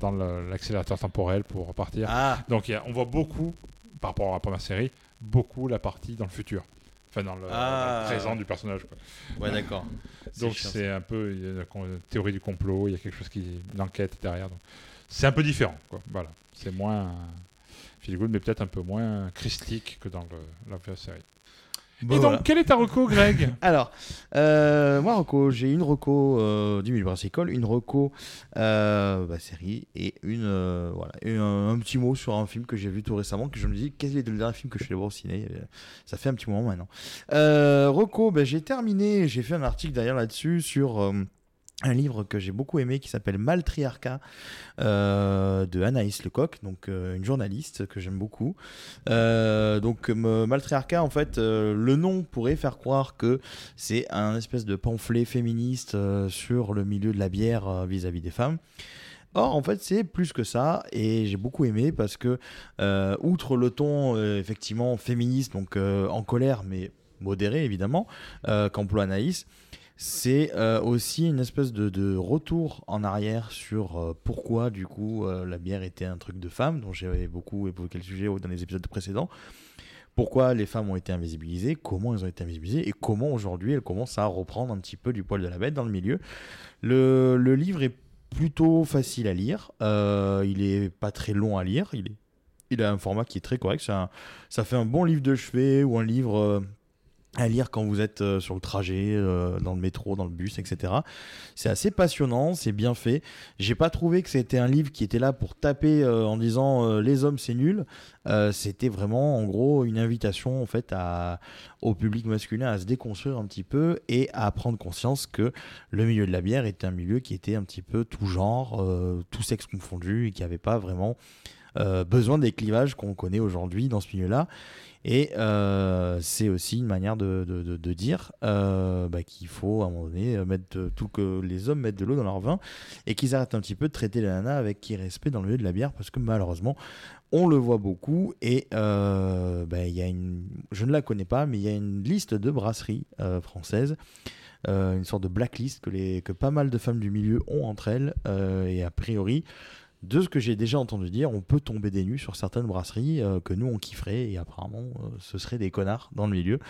Speaker 6: dans le- l'accélérateur temporel pour repartir.
Speaker 5: Ah,
Speaker 6: Donc il y a- on voit beaucoup, par rapport à la première série, beaucoup la partie dans le futur. Enfin, dans le,
Speaker 5: Ah.
Speaker 6: dans le présent du personnage. quoi.
Speaker 5: ouais, d'accord.
Speaker 6: Donc
Speaker 5: chiant,
Speaker 6: c'est un peu il y a une con- une théorie du complot, il y a quelque chose qui. une enquête derrière. donc C'est un peu différent, quoi. Voilà. C'est moins. Feel good, mais peut-être un peu moins christique que dans le- la première série.
Speaker 5: Bon,
Speaker 6: Et donc,
Speaker 5: voilà.
Speaker 6: quel est ta reco, Greg
Speaker 5: Alors, euh, moi, Rocco, j'ai une Rocco euh, du Milieu Brassicole, une Rocco euh, bah, série et une euh, voilà et un, un petit mot sur un film que j'ai vu tout récemment que je me dis quel est le dernier film que je suis allé voir au ciné Euh, ça fait un petit moment maintenant euh, Rocco bah, j'ai terminé j'ai fait un article d'ailleurs là-dessus sur euh, un livre que j'ai beaucoup aimé qui s'appelle Maltriarcat euh, de Anaïs Lecoq, donc euh, une journaliste que j'aime beaucoup. Euh, donc me- Maltriarcat, en fait, euh, le nom pourrait faire croire que c'est un espèce de pamphlet féministe euh, sur le milieu de la bière euh, vis-à-vis des femmes. Or, en fait, c'est plus que ça, et j'ai beaucoup aimé parce que, euh, outre le ton euh, effectivement féministe, donc euh, en colère, mais modéré évidemment, euh, qu'emploie Anaïs, c'est euh, aussi une espèce de, de retour en arrière sur euh, pourquoi, du coup, euh, la bière était un truc de femme, dont j'avais beaucoup évoqué le sujet au- dans les épisodes précédents. Pourquoi les femmes ont été invisibilisées, comment elles ont été invisibilisées, et comment aujourd'hui elles commencent à reprendre un petit peu du poil de la bête dans le milieu. Le, le livre est plutôt facile à lire, euh, il est pas très long à lire, il, est, il a un format qui est très correct, c'est un- ça fait un bon livre de chevet ou un livre... euh, à lire quand vous êtes euh, sur le trajet, euh, dans le métro, dans le bus, etc. C'est assez passionnant, c'est bien fait. J'ai pas trouvé que c'était un livre qui était là pour taper euh, en disant euh, les hommes c'est nul. Euh, c'était vraiment en gros une invitation en fait à, au public masculin à se déconstruire un petit peu et à prendre conscience que le milieu de la bière était un milieu qui était un petit peu tout genre, euh, tout sexe confondu et qui n'avait pas vraiment euh, besoin des clivages qu'on connaît aujourd'hui dans ce milieu-là. Et euh, c'est aussi une manière de, de- de- de dire euh, bah, qu'il faut à un moment donné euh, mettre euh, tout que les hommes mettent de l'eau dans leur vin et qu'ils arrêtent un petit peu de traiter les nanas avec irrespect dans le milieu de la bière parce que malheureusement on le voit beaucoup et euh, bah, il y a une, je ne la connais pas mais il y a une liste de brasseries euh, françaises euh, une sorte de blacklist que, les, que pas mal de femmes du milieu ont entre elles euh, et a priori de ce que j'ai déjà entendu dire, on peut tomber des nues sur certaines brasseries euh, que nous on kifferait et apparemment euh, ce serait des connards dans le milieu.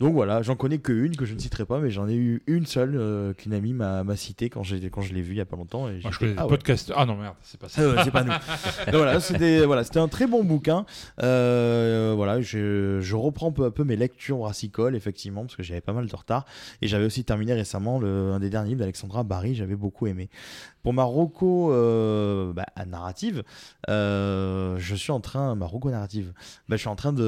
Speaker 5: Donc voilà, j'en connais que une que je ne citerai pas, mais j'en ai eu une seule euh, qu'une amie m'a m'a citée quand, j'ai- quand je l'ai vue il y a pas longtemps. Et
Speaker 6: Moi, je
Speaker 5: j'étais,
Speaker 6: connais des
Speaker 5: ah ouais.
Speaker 6: podcasts. Ah non, merde, c'est pas ça.
Speaker 5: Ah ouais, c'est pas nous. Donc voilà, c'était voilà, c'était un très bon bouquin. Euh, voilà, je, je reprends peu à peu mes lectures brassicoles effectivement parce que j'avais pas mal de retard et j'avais aussi terminé récemment le, un des derniers livres d'Alexandra Barry, j'avais beaucoup aimé. Pour ma roco euh, bah, narrative, euh, je suis en train ma roco narrative, bah, je suis en train de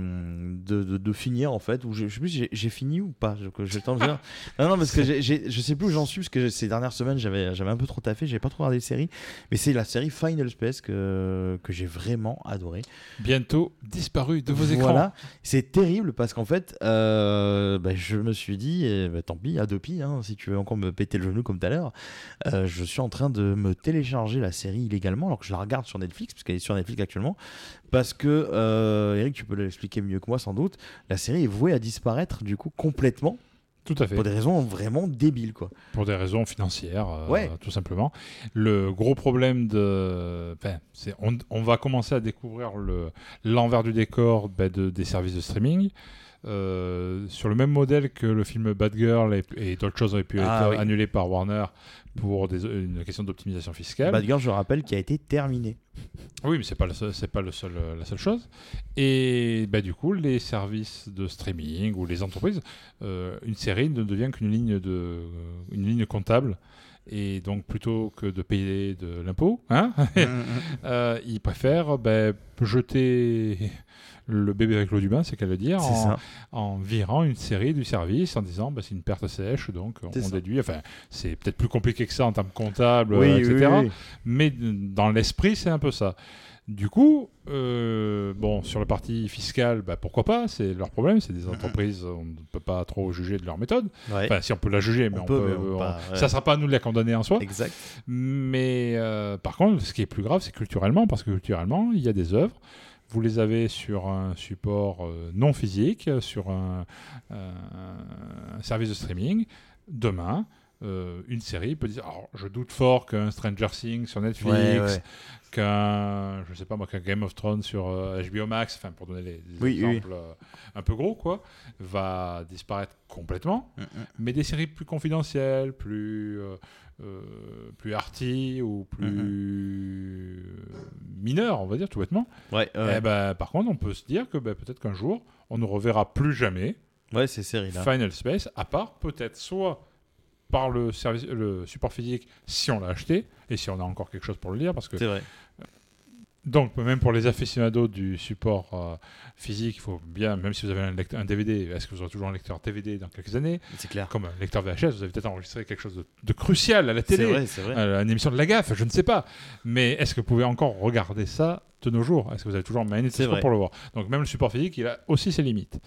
Speaker 5: de, de- de finir en fait ou je, je sais plus si j'ai- j'ai fini ou pas. Je, je tente de dire. Non non parce que j'ai- j'ai- je sais plus où j'en suis parce que ces dernières semaines j'avais j'avais un peu trop taffé, j'avais pas trop regardé de séries. Mais c'est la série Final Space que, que j'ai vraiment adoré.
Speaker 6: Bientôt disparu de vos écrans.
Speaker 5: Voilà, c'est terrible parce qu'en fait, euh, bah, je me suis dit, eh, bah, tant pis, Adopi, hein, si tu veux encore me péter le genou comme tout à l'heure, euh, je suis en train de me télécharger la série illégalement alors que je la regarde sur Netflix, parce qu'elle est sur Netflix actuellement, parce que, euh, Eric, tu peux l'expliquer mieux que moi sans doute, la série est vouée à disparaître du coup complètement
Speaker 6: Tout à fait.
Speaker 5: pour des raisons vraiment débiles quoi.
Speaker 6: pour des raisons financières, euh,
Speaker 5: Ouais.
Speaker 6: tout simplement. Le gros problème de, enfin, c'est on, on va commencer à découvrir le l'envers du décor ben, de, des services de streaming. Euh, sur le même modèle que le film Bad Girl et, et d'autres choses ont pu
Speaker 5: Ah,
Speaker 6: être
Speaker 5: oui.
Speaker 6: annulées par Warner pour des- une question d'optimisation fiscale.
Speaker 5: Bad Girl, je rappelle, qui a été terminée.
Speaker 6: Oui, mais c'est pas le seul- c'est pas le seul, euh, la seule chose. Et bah, du coup, les services de streaming ou les entreprises, euh, une série ne devient qu'une ligne de euh, une ligne comptable. Et donc, plutôt que de payer de l'impôt, hein, euh, ils préfèrent bah, jeter le bébé avec l'eau du bain, c'est qu'à le dire,
Speaker 5: C'est
Speaker 6: en,
Speaker 5: ça.
Speaker 6: en virant une série du service en disant bah, c'est une perte sèche, donc on
Speaker 5: C'est ça.
Speaker 6: déduit. Enfin, c'est peut-être plus compliqué que ça en termes comptables, euh, etc mais dans l'esprit, c'est un peu ça. Du coup, euh, bon, sur la partie fiscale, bah, pourquoi pas C'est leur problème, c'est des
Speaker 5: Euh,
Speaker 6: entreprises, on ne peut pas trop juger de leur méthode.
Speaker 5: Ouais.
Speaker 6: Enfin, si on peut la juger, mais
Speaker 5: On
Speaker 6: on,
Speaker 5: peut,
Speaker 6: peut,
Speaker 5: mais on
Speaker 6: on-
Speaker 5: pas, ouais.
Speaker 6: ça ne sera pas à nous de la condamner en soi.
Speaker 5: Exact.
Speaker 6: Mais euh, par contre, ce qui est plus grave, c'est culturellement, parce que culturellement, il y a des œuvres. Vous les avez sur un support euh, non physique, sur un, euh, un service de streaming. Demain, euh, une série peut dire. Alors, je doute fort qu'un Stranger Things sur Netflix,
Speaker 5: Ouais, ouais.
Speaker 6: qu'un, je sais pas moi, qu'un Game of Thrones sur euh, HBO Max, enfin pour donner les, les
Speaker 5: Oui, oui.
Speaker 6: exemples euh, un peu gros, quoi, va disparaître complètement.
Speaker 5: Mm,
Speaker 6: Mais des séries plus confidentielles, plus euh, euh, plus arty ou plus mineur, on va dire tout bêtement.
Speaker 5: Ouais, Mm, Ah ouais.
Speaker 6: Eh ben, par contre, on peut se dire que ben, peut-être qu'un jour, on ne reverra plus jamais
Speaker 5: Ouais, ces séries-là.
Speaker 6: Final Space, à part peut-être soit par le, service, le support physique si on l'a acheté et si on a encore quelque chose pour le lire, parce que
Speaker 5: C'est vrai.
Speaker 6: donc, même pour les aficionados du support euh, physique, il faut bien, même si vous avez un, lect- un DVD, est-ce que vous aurez toujours un lecteur DVD dans quelques années
Speaker 5: C'est clair.
Speaker 6: Comme un lecteur VHS, vous avez peut-être enregistré quelque chose de, de crucial à la
Speaker 5: C'est
Speaker 6: télé,
Speaker 5: vrai, c'est vrai.
Speaker 6: à une émission de la gaffe, je ne sais pas. Mais est-ce que vous pouvez encore regarder ça de nos jours Est-ce que vous avez toujours un
Speaker 5: C'est
Speaker 6: magnétoscope
Speaker 5: vrai.
Speaker 6: pour le voir Donc, même le support physique, il a aussi ses limites.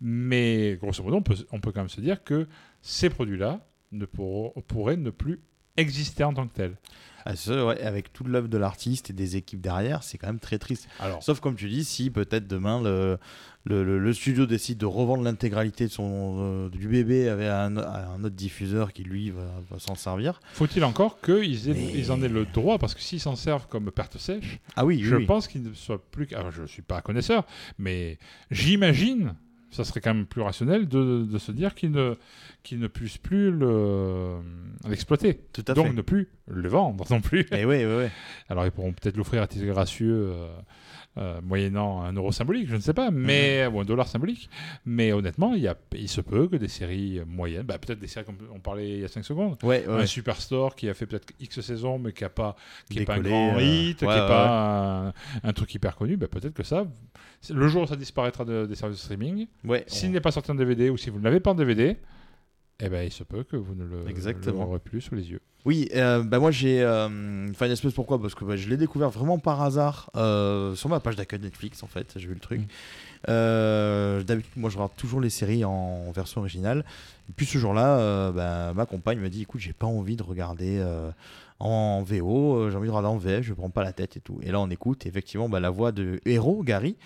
Speaker 6: Mais grosso modo, on peut, on peut quand même se dire que ces produits-là ne pour- pourraient ne plus exister en tant que tels.
Speaker 5: Ah, ça, ouais, avec toute l'œuvre de l'artiste et des équipes derrière, c'est quand même très triste.
Speaker 6: Alors,
Speaker 5: Sauf comme tu dis, si peut-être demain le, le, le- le studio décide de revendre l'intégralité de son euh, du bébé avec un, à un autre diffuseur qui lui va, va s'en servir.
Speaker 6: Faut-il encore qu'ils aient-
Speaker 5: Mais-
Speaker 6: ils en aient le droit Parce que s'ils s'en servent comme perte sèche,
Speaker 5: Ah oui, oui,
Speaker 6: je
Speaker 5: oui.
Speaker 6: pense qu'ils ne soient plus. qu'à- Alors, je ne suis pas connaisseur, mais j'imagine, ça serait quand même plus rationnel de, de se dire qu'ils ne, qu'ils ne puissent plus le, l'exploiter.
Speaker 5: Tout à
Speaker 6: Donc
Speaker 5: fait.
Speaker 6: ne plus le vendre non plus.
Speaker 5: Eh oui, oui, oui.
Speaker 6: Alors ils pourront peut-être l'offrir à titre gracieux, euh, euh, moyennant un euro symbolique, je ne sais pas, mais
Speaker 5: Mhm.
Speaker 6: ou un dollar symbolique. Mais honnêtement, il, y a, il se peut que des séries moyennes, bah, peut-être des séries comme on parlait il y a 5 secondes,
Speaker 5: Ouais, ouais.
Speaker 6: un Superstore qui a fait peut-être X saisons, mais qui n'a pas, qui est pas un
Speaker 5: Décollé,
Speaker 6: grand
Speaker 5: euh,
Speaker 6: hit,
Speaker 5: ouais,
Speaker 6: qui n'est
Speaker 5: ouais,
Speaker 6: pas un, un truc hyper connu, bah, peut-être que ça, le jour où ça disparaîtra de- des services de streaming,
Speaker 5: Ouais, on-
Speaker 6: s'il n'est pas sorti en DVD ou si vous ne l'avez pas en DVD, eh ben, il se peut que vous ne le
Speaker 5: Exactement.
Speaker 6: l'aurez plus sous les yeux.
Speaker 5: Oui, euh, bah moi j'ai euh, Final Space pourquoi Parce que bah, je l'ai découvert vraiment par hasard euh, sur ma page d'accueil Netflix en fait, j'ai vu le truc.
Speaker 6: Mm.
Speaker 5: Euh, D'habitude moi je regarde toujours les séries en version originale. Et puis ce jour-là, euh, bah, ma compagne me dit écoute j'ai pas envie de regarder euh, en VO, euh, j'ai envie de regarder en VF, je prends pas la tête et tout. Et là on écoute et effectivement bah, la voix de héros Gary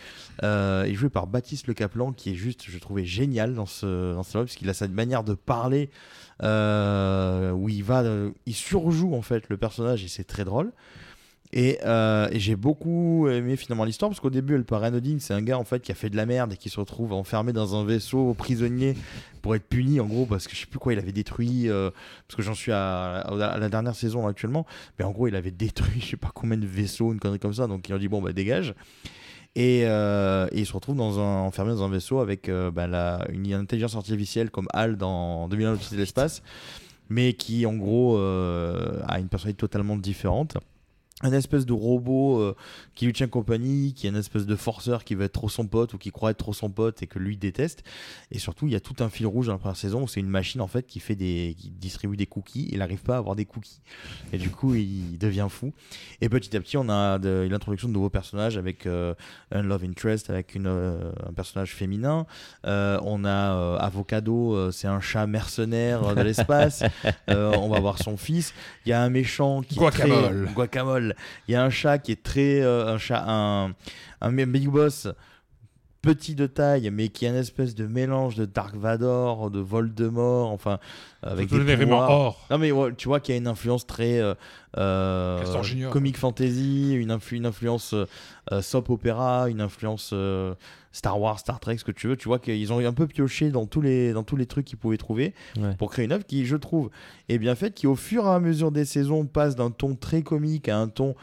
Speaker 5: euh, est jouée par Baptiste Le Caplan qui est juste je trouvais génial dans ce dans ce parce qu'il a cette manière de parler euh, où il va, euh, il surjoue en fait le personnage et c'est très drôle. Et, euh, et j'ai beaucoup aimé finalement l'histoire parce qu'au début elle paraît anodine, c'est un gars en fait qui a fait de la merde et qui se retrouve enfermé dans un vaisseau prisonnier pour être puni en gros parce que je sais plus quoi il avait détruit euh, parce que j'en suis à, à- à la dernière saison actuellement mais en gros il avait détruit je sais pas combien de vaisseaux une connerie comme ça donc il a dit bon bah dégage et, euh, et il se retrouve dans un, enfermé dans un vaisseau avec euh, bah, la- une intelligence artificielle comme HAL dans 2001 l'Odyssée de l'espace mais qui en gros euh, a une personnalité totalement différente. Un espèce de robot euh, qui lui tient compagnie, qui est un espèce de forceur qui veut être trop son pote ou qui croit être trop son pote et que lui déteste. Et surtout, il y a tout un fil rouge dans la première saison où c'est une machine en fait qui fait des, qui distribue des cookies. Il n'arrive pas à avoir des cookies et du coup, il devient fou. Et petit à petit, on a de- l'introduction de nouveaux personnages avec euh, un love interest, avec une, euh, un personnage féminin. Euh, on a euh, Avocado, euh, c'est un chat mercenaire euh, de l'espace. Euh, on va voir son fils. Il y a un méchant qui est
Speaker 6: Guacamole.
Speaker 5: très guacamole. Il y a un chat qui est très euh, un chat un un mi- big boss petit de taille mais qui a une espèce de mélange de Dark Vador, de Voldemort, enfin avec
Speaker 6: Tout
Speaker 5: des
Speaker 6: le nériment
Speaker 5: pouvoirs.
Speaker 6: or.
Speaker 5: Non mais ouais, tu vois qu'il y a une influence très euh, euh,
Speaker 6: Castor Junior.
Speaker 5: comic fantasy, une, influ- une influence euh, euh, soap opéra, une influence euh, Star Wars, Star Trek, ce que tu veux. Tu vois qu'ils ont un peu pioché dans tous les dans tous les trucs qu'ils pouvaient trouver
Speaker 7: Ouais.
Speaker 5: pour créer une œuvre qui, je trouve, est bien faite, qui au fur et à mesure des saisons passe d'un ton très comique à un ton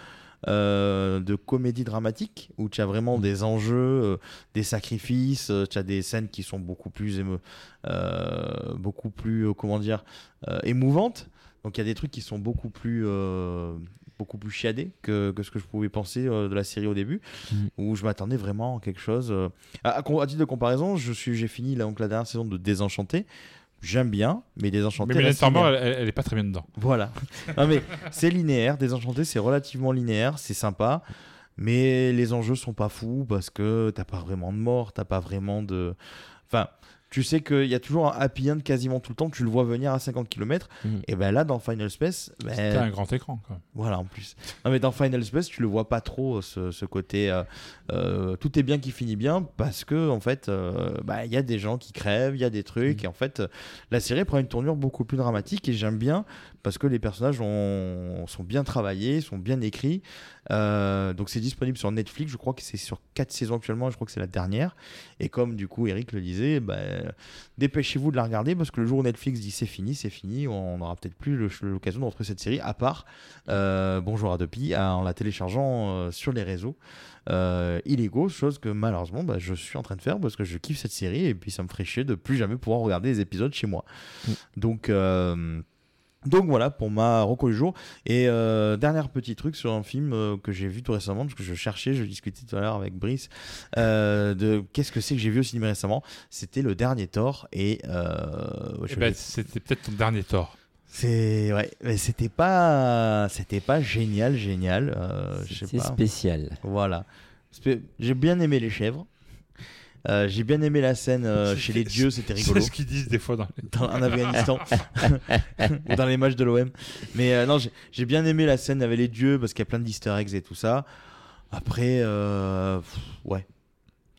Speaker 5: euh, de comédie dramatique où tu as vraiment des enjeux, euh, des sacrifices, euh, tu as des scènes qui sont beaucoup plus émo- euh, beaucoup plus euh, comment dire euh, émouvantes. Donc il y a des trucs qui sont beaucoup plus euh, beaucoup plus chiadés que, que ce que je pouvais penser euh, de la série au début
Speaker 7: Mhm.
Speaker 5: où je m'attendais vraiment à quelque chose euh, à, à- à titre de comparaison, je suis j'ai fini là, donc la dernière saison de Désenchanté. J'aime bien, mais Désenchanté
Speaker 6: Mais Mylène
Speaker 5: reste
Speaker 6: Farmer,
Speaker 5: linéaire.
Speaker 6: elle- elle elle est pas très bien dedans.
Speaker 5: Voilà. Non, mais c'est linéaire. Désenchanté, c'est relativement linéaire, c'est sympa. Mais les enjeux sont pas fous parce que t'as pas vraiment de mort, t'as pas vraiment de. Enfin, tu sais qu'il y a toujours un happy end quasiment tout le temps, tu le vois venir à 50 km.
Speaker 7: Mhm.
Speaker 5: Et ben là, dans Final Space, ben,
Speaker 6: C'était un grand écran. Quoi.
Speaker 5: voilà, en plus. Non, mais dans Final Space, tu le vois pas trop, ce, ce côté euh, euh, tout est bien qui finit bien, parce que, en fait, euh, bah, il y a des gens qui crèvent, il y a des trucs, et en fait, euh, la série prend une tournure beaucoup plus dramatique, et j'aime bien, parce que les personnages ont- sont bien travaillés, sont bien écrits. Euh, donc, c'est disponible sur Netflix, je crois que c'est sur 4 saisons actuellement, je crois que c'est la dernière. Et comme, du coup, Eric le disait, bah, dépêchez-vous de la regarder, parce que le jour où Netflix dit c'est fini, c'est fini, on n'aura peut-être plus le- l'occasion de retrouver cette série, à part. Euh, bonjour Adopi à- en la téléchargeant euh, sur les réseaux euh, illégaux, chose que malheureusement bah, je suis en train de faire parce que je kiffe cette série et puis ça me ferait chier de plus jamais pouvoir regarder les épisodes chez moi. Donc, euh, donc voilà pour ma reco du jour. Et euh, dernier petit truc sur un film euh, que j'ai vu tout récemment, parce que je cherchais, je discutais tout à l'heure avec Brice, euh, de qu'est-ce que c'est que j'ai vu au cinéma récemment. C'était le dernier Thor et... euh, je
Speaker 6: Eh
Speaker 5: vais-
Speaker 6: ben, C'était peut-être ton dernier tort.
Speaker 5: c'est ouais, mais c'était pas c'était pas génial génial, euh, je sais
Speaker 7: C'est
Speaker 5: pas.
Speaker 7: spécial.
Speaker 5: Voilà. Spé- J'ai bien aimé les chèvres. Euh, j'ai bien aimé la scène euh, chez les dieux, c'était rigolo.
Speaker 6: C'est ce qu'ils disent des fois dans les...
Speaker 5: Dans, en Afghanistan ou dans les matchs de l'OM. Mais euh, non, j'ai j'ai bien aimé la scène avec les dieux parce qu'il y a plein d'easter eggs et tout ça. Après, euh, pff, ouais.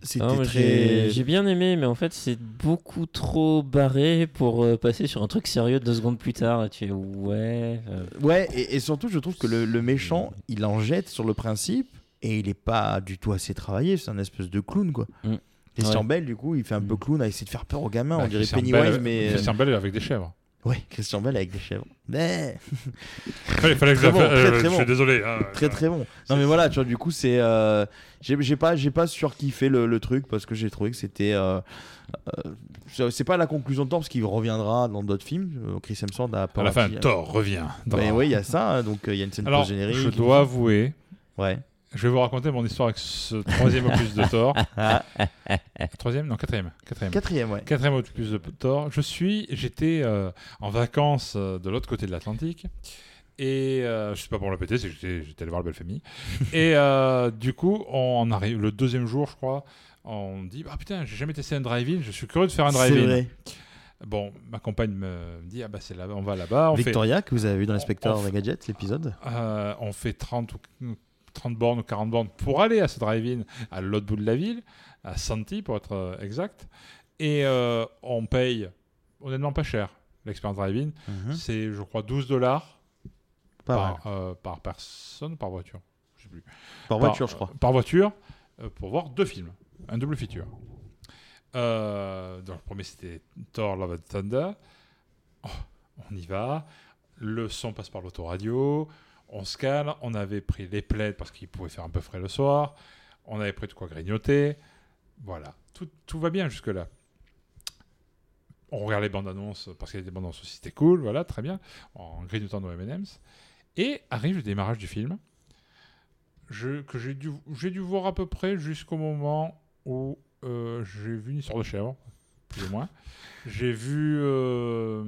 Speaker 5: C'était
Speaker 7: Ah, moi,
Speaker 5: très.
Speaker 7: j'ai- J'ai bien aimé, mais en fait, c'est beaucoup trop barré pour euh, passer sur un truc sérieux deux secondes plus tard. Tu es ouais. euh,
Speaker 5: Ouais, et, et surtout, je trouve que le, le méchant, il en jette sur le principe et il est pas du tout assez travaillé. C'est un espèce de clown, quoi.
Speaker 7: Mm.
Speaker 5: Christian
Speaker 7: Ouais.
Speaker 5: Bell, du coup, il fait un peu
Speaker 7: Mm.
Speaker 5: clown à essayer de faire peur aux gamins.
Speaker 6: Bah,
Speaker 5: on dirait
Speaker 6: Christian
Speaker 5: Pennywise,
Speaker 6: Bale-
Speaker 5: mais. euh,
Speaker 6: Christian Bale avec des chèvres.
Speaker 5: Ouais, Christian Bell avec des chèvres. Mais...
Speaker 6: Fallait, fallait que je
Speaker 5: Très
Speaker 6: la fasse.
Speaker 5: bon, très,
Speaker 6: euh,
Speaker 5: très
Speaker 6: je suis
Speaker 5: bon.
Speaker 6: désolé. hein.
Speaker 5: très très bon. Non mais voilà, tu vois, du coup c'est, euh, j'ai j'ai pas, j'ai pas surkiffé le, le truc parce que j'ai trouvé que c'était, euh, euh, c'est- c'est pas la conclusion de temps parce qu'il reviendra dans d'autres films. Euh, Chris Hemsworth a
Speaker 6: À la fin,
Speaker 5: parti-
Speaker 6: Thor revient. dans-
Speaker 5: Mais hein. oui, il y a ça. hein, Donc euh, il y a une scène
Speaker 6: Alors,
Speaker 5: post générique.
Speaker 6: je dois avouer,
Speaker 5: Ouais.
Speaker 6: je vais vous raconter mon histoire avec ce troisième opus de Thor. troisième Non, quatrième. Quatrième.
Speaker 5: Quatrième, ouais.
Speaker 6: Quatrième opus de Thor. Je suis, j'étais euh, en vacances euh, de l'autre côté de l'Atlantique. Et euh, je sais pas pour le péter, c'est que j'étais j'étais allé voir la belle famille. et euh, du coup, on arrive le deuxième jour, je crois. On dit Ah putain, j'ai jamais testé un drive-in, je suis curieux de faire un
Speaker 5: C'est
Speaker 6: drive-in.
Speaker 5: vrai.
Speaker 6: Bon, ma compagne me dit Ah bah c'est là-bas, on va là-bas. On, fait,
Speaker 5: Victoria que vous avez vu dans
Speaker 6: on-
Speaker 5: l'inspecteur
Speaker 6: on-
Speaker 5: Gadget l'épisode.
Speaker 6: euh, on fait 30 ou 30 bornes ou 40 bornes pour aller à ce drive-in à l'autre bout de la ville, à Santi pour être euh, exact. Et euh, on paye honnêtement pas cher l'expérience drive-in. C'est, je crois, 12 dollars
Speaker 5: Pas mal.
Speaker 6: par, euh, par personne, par voiture. Je sais plus.
Speaker 5: Par voiture, je crois.
Speaker 6: Par voiture, euh, pour voir deux films. Un double feature. Euh, donc, le premier, c'était Thor, Love and Thunder. Oh, on y va. Le son passe par l'autoradio. On se calme. On avait pris les plaides parce qu'il pouvait faire un peu frais le soir. On avait pris de quoi grignoter. Voilà. Tout, tout va bien jusque-là. On regarde les bandes annonces parce qu'il y a des bandes annonces aussi, c'était cool. Voilà, très bien. En grignotant nos MM's. Et arrive le démarrage du film je- que j'ai dû, j'ai dû voir à peu près jusqu'au moment où euh, j'ai vu une histoire de chèvre, plus ou moins. J'ai vu euh, euh,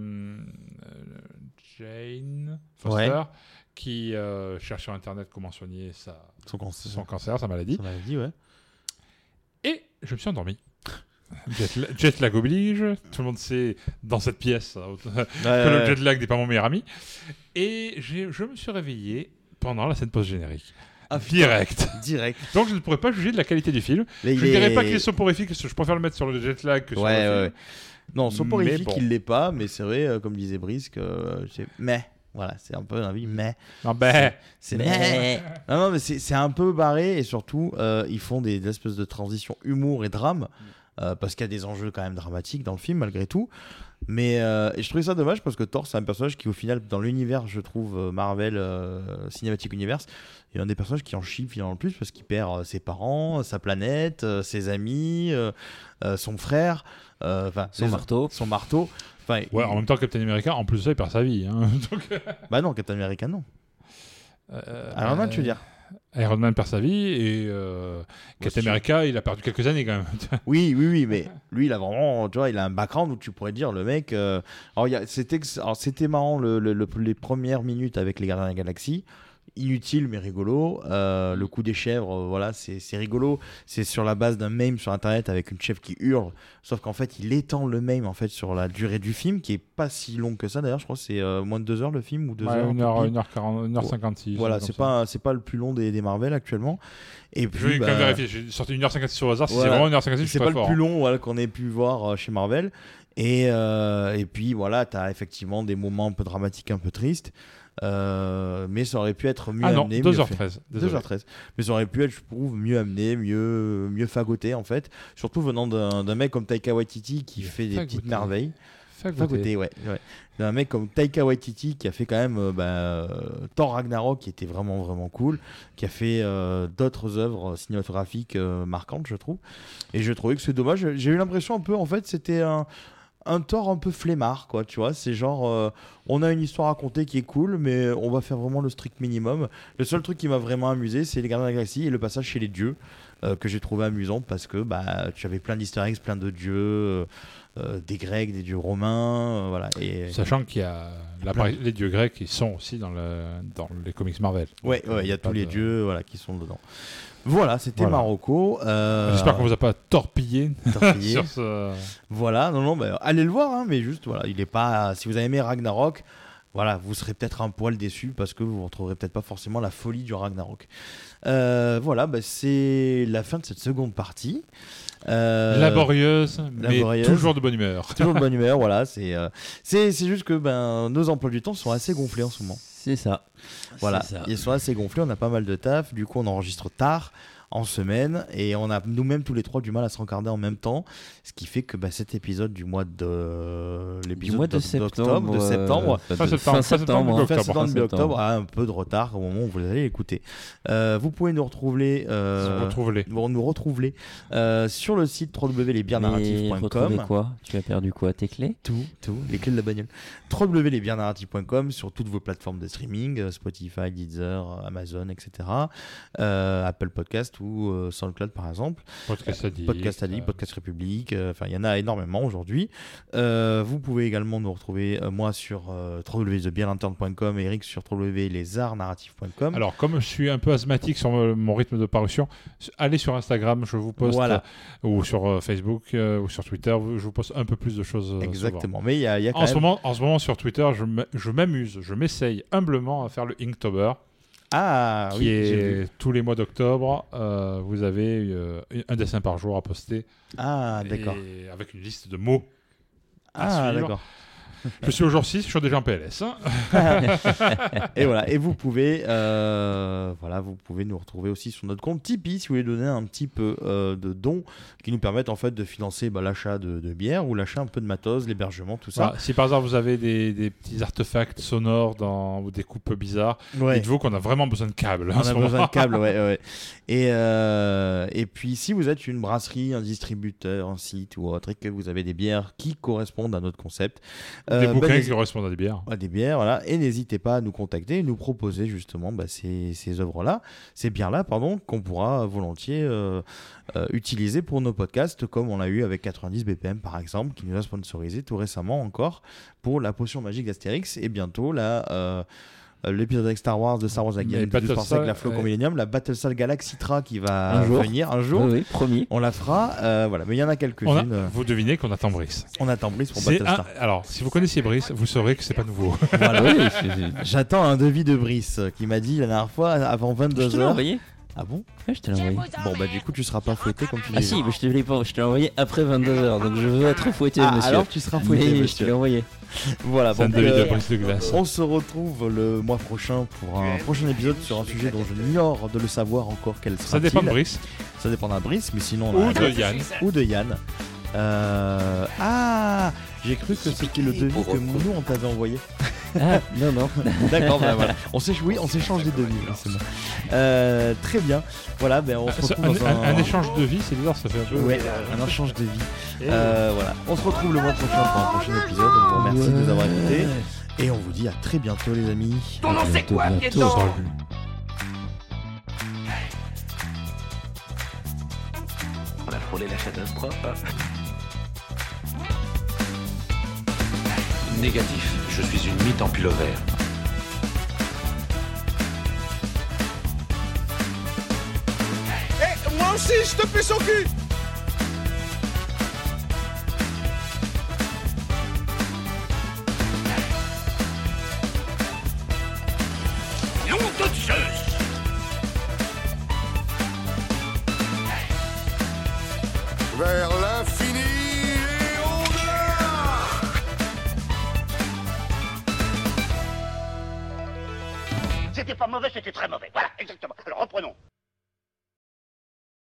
Speaker 6: Jane Foster
Speaker 5: Ouais.
Speaker 6: qui euh, cherche sur Internet comment soigner sa,
Speaker 5: Son cancer.
Speaker 6: son cancer, sa maladie.
Speaker 5: On avait dit, ouais.
Speaker 6: Et je me suis endormi. Jet, la- jet lag oblige. Tout le monde sait dans cette pièce euh, que le jet lag n'est pas mon meilleur ami. Et j'ai- je me suis réveillé pendant la scène post-générique.
Speaker 5: Ah,
Speaker 6: Direct.
Speaker 5: Direct.
Speaker 6: Donc je ne pourrais pas juger de la qualité du film.
Speaker 5: Là,
Speaker 6: Je
Speaker 5: il
Speaker 6: ne dirais
Speaker 5: est-
Speaker 6: pas qu'il est soporifique, parce que je préfère le mettre sur le jet lag que sur
Speaker 5: Ouais,
Speaker 6: le
Speaker 5: ouais,
Speaker 6: film.
Speaker 5: ouais. Non, soporifique,
Speaker 6: Mais bon.
Speaker 5: il l'est pas, mais c'est vrai, euh, comme disait Brice, euh, c'est mais. Voilà, c'est un peu un avis, mais.
Speaker 6: Non, ben,
Speaker 5: C'est mais. Non, non, mais c'est c'est un peu barré, et surtout, euh, ils font des, des espèces de transitions humour et drame, euh, parce qu'il y a des enjeux quand même dramatiques dans le film, malgré tout. Mais euh, et je trouvais ça dommage parce que Thor, c'est un personnage qui, au final, dans l'univers, je trouve, euh, Marvel euh, Cinematic Universe, est un des personnages qui en chie finalement le plus parce qu'il perd euh, ses parents, sa planète, euh, ses amis, euh, euh, son frère, euh, enfin,
Speaker 7: Son
Speaker 5: les-
Speaker 7: marteau.
Speaker 5: son marteau. Enfin, il-
Speaker 6: ouais, en même temps, Captain America, en plus de ça, il perd sa vie. hein. Donc,
Speaker 5: Bah non, Captain America, non.
Speaker 6: euh,
Speaker 5: Alors là, tu veux dire
Speaker 6: Iron Man perd sa vie et euh, Captain
Speaker 5: c'est-
Speaker 6: America, il a perdu quelques années quand même.
Speaker 5: Oui, oui, oui, mais lui, il a vraiment, tu vois, il a un background où tu pourrais dire, le mec. euh, alors, il y a- c'était, que- alors, c'était marrant le- le- le- les premières minutes avec les Gardiens de la Galaxie. Inutile, mais rigolo. Euh, le coup des chèvres, euh, voilà, c'est, c'est rigolo. C'est sur la base d'un meme sur internet avec une chèvre qui hurle. Sauf qu'en fait, il étend le meme en fait sur la durée du film, qui est pas si long que ça. D'ailleurs, je crois que c'est euh, moins de deux heures le film ou deux heures. tout pile.
Speaker 6: 1h40, 1h56.
Speaker 5: Voilà, c'est pas, c'est pas le plus long des, des Marvel actuellement. Et
Speaker 6: Je vais
Speaker 5: puis,
Speaker 6: quand
Speaker 5: bah,
Speaker 6: même vérifier, j'ai sorti 1h56 sur le hasard, si c'est
Speaker 5: Voilà.
Speaker 6: vraiment 1h56, je suis
Speaker 5: c'est
Speaker 6: pas,
Speaker 5: pas,
Speaker 6: fort. hein.
Speaker 5: le plus long voilà, qu'on ait pu voir euh, chez Marvel. Et, euh, et puis voilà, t'as effectivement des moments un peu dramatiques, un peu tristes. Euh, mais ça aurait pu être mieux
Speaker 6: Ah non,
Speaker 5: amené. mieux fait.
Speaker 6: 2h13. désolé.
Speaker 5: 2h13. Mais ça aurait pu être, je trouve, mieux amené, mieux, mieux fagoté en fait. Surtout venant d'un d'un mec comme Taika Waititi qui
Speaker 6: Il est
Speaker 5: fait des
Speaker 6: fagoté.
Speaker 5: petites merveilles.
Speaker 6: Fagoté.
Speaker 5: Fagoté, ouais. ouais. D'un mec comme Taika Waititi qui a fait quand même euh, bah, euh, Thor Ragnarok qui était vraiment, vraiment cool. Qui a fait euh, d'autres œuvres cinématographiques euh, marquantes, je trouve. Et je trouvais que c'est dommage. J'ai eu l'impression un peu, en fait, c'était un. Un Thor un peu flemmard, quoi, tu vois. C'est genre, euh, on a une histoire à conter qui est cool, mais on va faire vraiment le strict minimum. Le seul truc qui m'a vraiment amusé, c'est les Gardiens de la Galaxie et le passage chez les dieux, euh, que j'ai trouvé amusant parce que bah, tu avais plein d'easter eggs, plein de dieux, euh, euh, des Grecs, des dieux romains, euh, voilà. Et,
Speaker 6: Sachant qu'il y a l'appari- les dieux grecs, ils sont aussi dans, le, dans les comics Marvel.
Speaker 5: ouais, ouais, il y a
Speaker 6: Pas
Speaker 5: tous les
Speaker 6: de-
Speaker 5: dieux voilà, qui sont dedans. Voilà, c'était
Speaker 6: Voilà.
Speaker 5: Marocco. euh,
Speaker 6: J'espère qu'on vous a pas torpillé
Speaker 5: torpillé.
Speaker 6: sur ce.
Speaker 5: Voilà, non, non, bah, allez le voir, hein, mais juste, voilà, il est pas. Si vous avez aimé Ragnarok, voilà, vous serez peut-être un poil déçu parce que vous ne retrouverez peut-être pas forcément la folie du Ragnarok. Euh, voilà, bah, c'est la fin de cette seconde partie. Euh,
Speaker 6: laborieuse, mais
Speaker 5: laborieuse.
Speaker 6: toujours de bonne humeur.
Speaker 5: Toujours de bonne humeur, voilà. C'est euh, c'est c'est juste que ben, nos emplois du temps sont assez gonflés en ce moment.
Speaker 7: C'est ça.
Speaker 5: Voilà,
Speaker 7: C'est ça.
Speaker 5: ils sont assez gonflés, on a pas mal de taf, du coup on enregistre tard. en semaine. Et on a nous-mêmes tous les trois du mal à se rencarder en même temps. Ce qui fait que bah, cet épisode du mois de.
Speaker 7: Du
Speaker 5: l'épisode
Speaker 7: mois de
Speaker 5: d'oc-
Speaker 7: septembre.
Speaker 5: d'octobre, de
Speaker 7: euh,
Speaker 5: septembre
Speaker 7: fin
Speaker 6: Fin
Speaker 7: de-
Speaker 6: septembre,
Speaker 7: fin
Speaker 6: fin septembre, donc.
Speaker 7: septembre. hein.
Speaker 5: Fin
Speaker 6: octobre,
Speaker 5: septembre,
Speaker 7: fin
Speaker 5: mi-octobre,
Speaker 7: septembre.
Speaker 5: a un peu de retard au moment où vous allez écouter. Euh, vous pouvez nous retrouver. euh,
Speaker 6: Retrouve-les.
Speaker 5: vous nous retrouver euh, sur le site
Speaker 7: Mais retrouver
Speaker 5: www.lesbiernarratifs.com
Speaker 7: quoi Tu as perdu quoi Tes clés
Speaker 5: tout, tout, les clés de la bagnole. www.lesbiennarratifs.com sur toutes vos plateformes de streaming, euh, Spotify, Deezer, euh, Amazon, etc. euh, Apple Podcast ou euh, SoundCloud par exemple.
Speaker 6: Podcast Addict.
Speaker 5: Podcast Ali,
Speaker 6: euh,
Speaker 5: Podcast République, euh, enfin il y en a énormément aujourd'hui. Euh, vous pouvez également nous retrouver euh, moi sur euh, www.thebieninterne.com et Eric sur www.lesartsnarratifs.com.
Speaker 6: Alors, comme je suis un peu asthmatique sur mon, mon rythme de parution, s- allez sur Instagram, je vous poste,
Speaker 5: Voilà.
Speaker 6: euh, ou sur euh, Facebook, euh, ou sur Twitter, vous- je vous poste un peu plus de choses. euh, souvent.
Speaker 5: Exactement, mais il y a, il y a quand
Speaker 6: En ce,
Speaker 5: même...
Speaker 6: moment, en ce moment, sur Twitter, je m- je m'amuse, je m'essaye humblement à faire le Inktober,
Speaker 5: Ah
Speaker 6: qui
Speaker 5: oui, j'ai vu.
Speaker 6: est tous les mois d'octobre. euh, vous avez euh, un dessin par jour à poster,
Speaker 5: Ah d'accord.
Speaker 6: et avec une liste de mots. à
Speaker 5: Ah
Speaker 6: suivre.
Speaker 5: d'accord.
Speaker 6: Je suis au jour 6, je suis déjà en PLS. hein.
Speaker 5: Et voilà, et vous pouvez, euh, voilà, vous pouvez nous retrouver aussi sur notre compte Tipeee si vous voulez donner un petit peu euh, de dons qui nous permettent en fait de financer bah, l'achat de, de bière ou l'achat un peu de matos, l'hébergement, tout ça.
Speaker 6: Voilà, si par hasard vous avez des, des petits artefacts sonores dans, ou des coupes bizarres,
Speaker 5: Ouais.
Speaker 6: dites-vous qu'on a vraiment besoin de câbles. en
Speaker 5: On
Speaker 6: ce
Speaker 5: a
Speaker 6: moment.
Speaker 5: besoin de câbles, ouais, ouais. Et, euh, et puis, si vous êtes une brasserie, un distributeur, un site ou autre, et que vous avez des bières qui correspondent à notre concept, euh,
Speaker 6: Des
Speaker 5: ben,
Speaker 6: bouquins qui
Speaker 5: n'hésitez-
Speaker 6: correspondent à des bières.
Speaker 5: ouais, des bières, voilà, et n'hésitez pas à nous contacter et nous proposer justement bah, ces, ces œuvres-là, ces bières-là, pardon, qu'on pourra volontiers euh, euh, utiliser pour nos podcasts, comme on l'a eu avec 90 BPM par exemple, qui nous a sponsorisé tout récemment encore pour la potion magique d'Astérix et bientôt la. euh, euh, L'épisode avec Star Wars de Star Wars la
Speaker 6: Mais
Speaker 5: Game du
Speaker 6: Battlestar,
Speaker 5: Parsec, la Flocon
Speaker 6: ouais.
Speaker 5: Millennium, la Battlestar Galaxitra qui va
Speaker 7: Un jour.
Speaker 5: venir un jour.
Speaker 7: Oui, oui, promis.
Speaker 5: On la fera, euh, voilà. Mais il y en a
Speaker 6: Euh. On a-
Speaker 5: quelques-unes. euh,
Speaker 6: vous devinez qu'on attend Brice.
Speaker 5: On, attend Brice pour Ah
Speaker 6: C'est
Speaker 5: Battlestar.
Speaker 6: un- alors, si vous connaissiez Brice, vous saurez que c'est pas nouveau.
Speaker 7: Voilà, oui, c'est- c'est-
Speaker 5: J'attends un devis de Brice euh, qui m'a dit la dernière fois avant
Speaker 7: Je te l'ai
Speaker 5: 22h.
Speaker 7: envoyé.
Speaker 5: Ah bon
Speaker 7: Ouais, je te l'ai envoyé.
Speaker 5: Bon bah du coup tu seras pas fouetté comme tu l'as
Speaker 7: Ah
Speaker 5: dit.
Speaker 7: si, mais je te l'ai pas- je te l'ai envoyé après 22h, donc je veux être fouetté,
Speaker 5: Ah,
Speaker 7: monsieur.
Speaker 5: alors tu seras
Speaker 7: Mais
Speaker 5: fouetté
Speaker 7: je te l'ai
Speaker 5: monsieur.
Speaker 7: envoyé.
Speaker 5: Voilà,
Speaker 6: C'est un
Speaker 5: bon,
Speaker 6: devis de
Speaker 5: euh,
Speaker 6: Brice de glace.
Speaker 5: on se retrouve le mois prochain pour un prochain épisode sur un sujet dont je n'ignore de le savoir encore quel sera.
Speaker 6: Ça dépend de Brice
Speaker 5: Ça dépendra de Brice, mais sinon on a-
Speaker 6: ou de Yann.
Speaker 5: ou de Yann. Euh, Ah J'ai cru que c'était le devis que nous on t'avait envoyé.
Speaker 7: Ah, non, non.
Speaker 5: D'accord, bah, voilà. On s'éche- oui, on s'échange des devis. oui, c'est bon. Euh, très bien. Voilà, ben on se
Speaker 6: Un,
Speaker 5: retrouve dans
Speaker 6: Ah, un-
Speaker 5: un,
Speaker 6: un échange de vie, c'est bizarre, ça fait un peu.
Speaker 5: Ouais, un échange de vie. Euh, voilà. On se retrouve le mois prochain pour un prochain épisode. On vous remercie de nous avoir écoutés. Et on vous dit à très bientôt, les amis.
Speaker 8: Ton nom c'est quoi,
Speaker 6: Ça
Speaker 8: piéton
Speaker 6: sera-
Speaker 4: On a frôlé la catastrophe.
Speaker 8: hein.
Speaker 1: Négatif, je suis une mythe en pullover.
Speaker 8: Nom de Zeus
Speaker 3: vers l'infini et au-delà.
Speaker 8: C'était pas mauvais, c'était très mauvais. Voilà, exactement. Alors reprenons.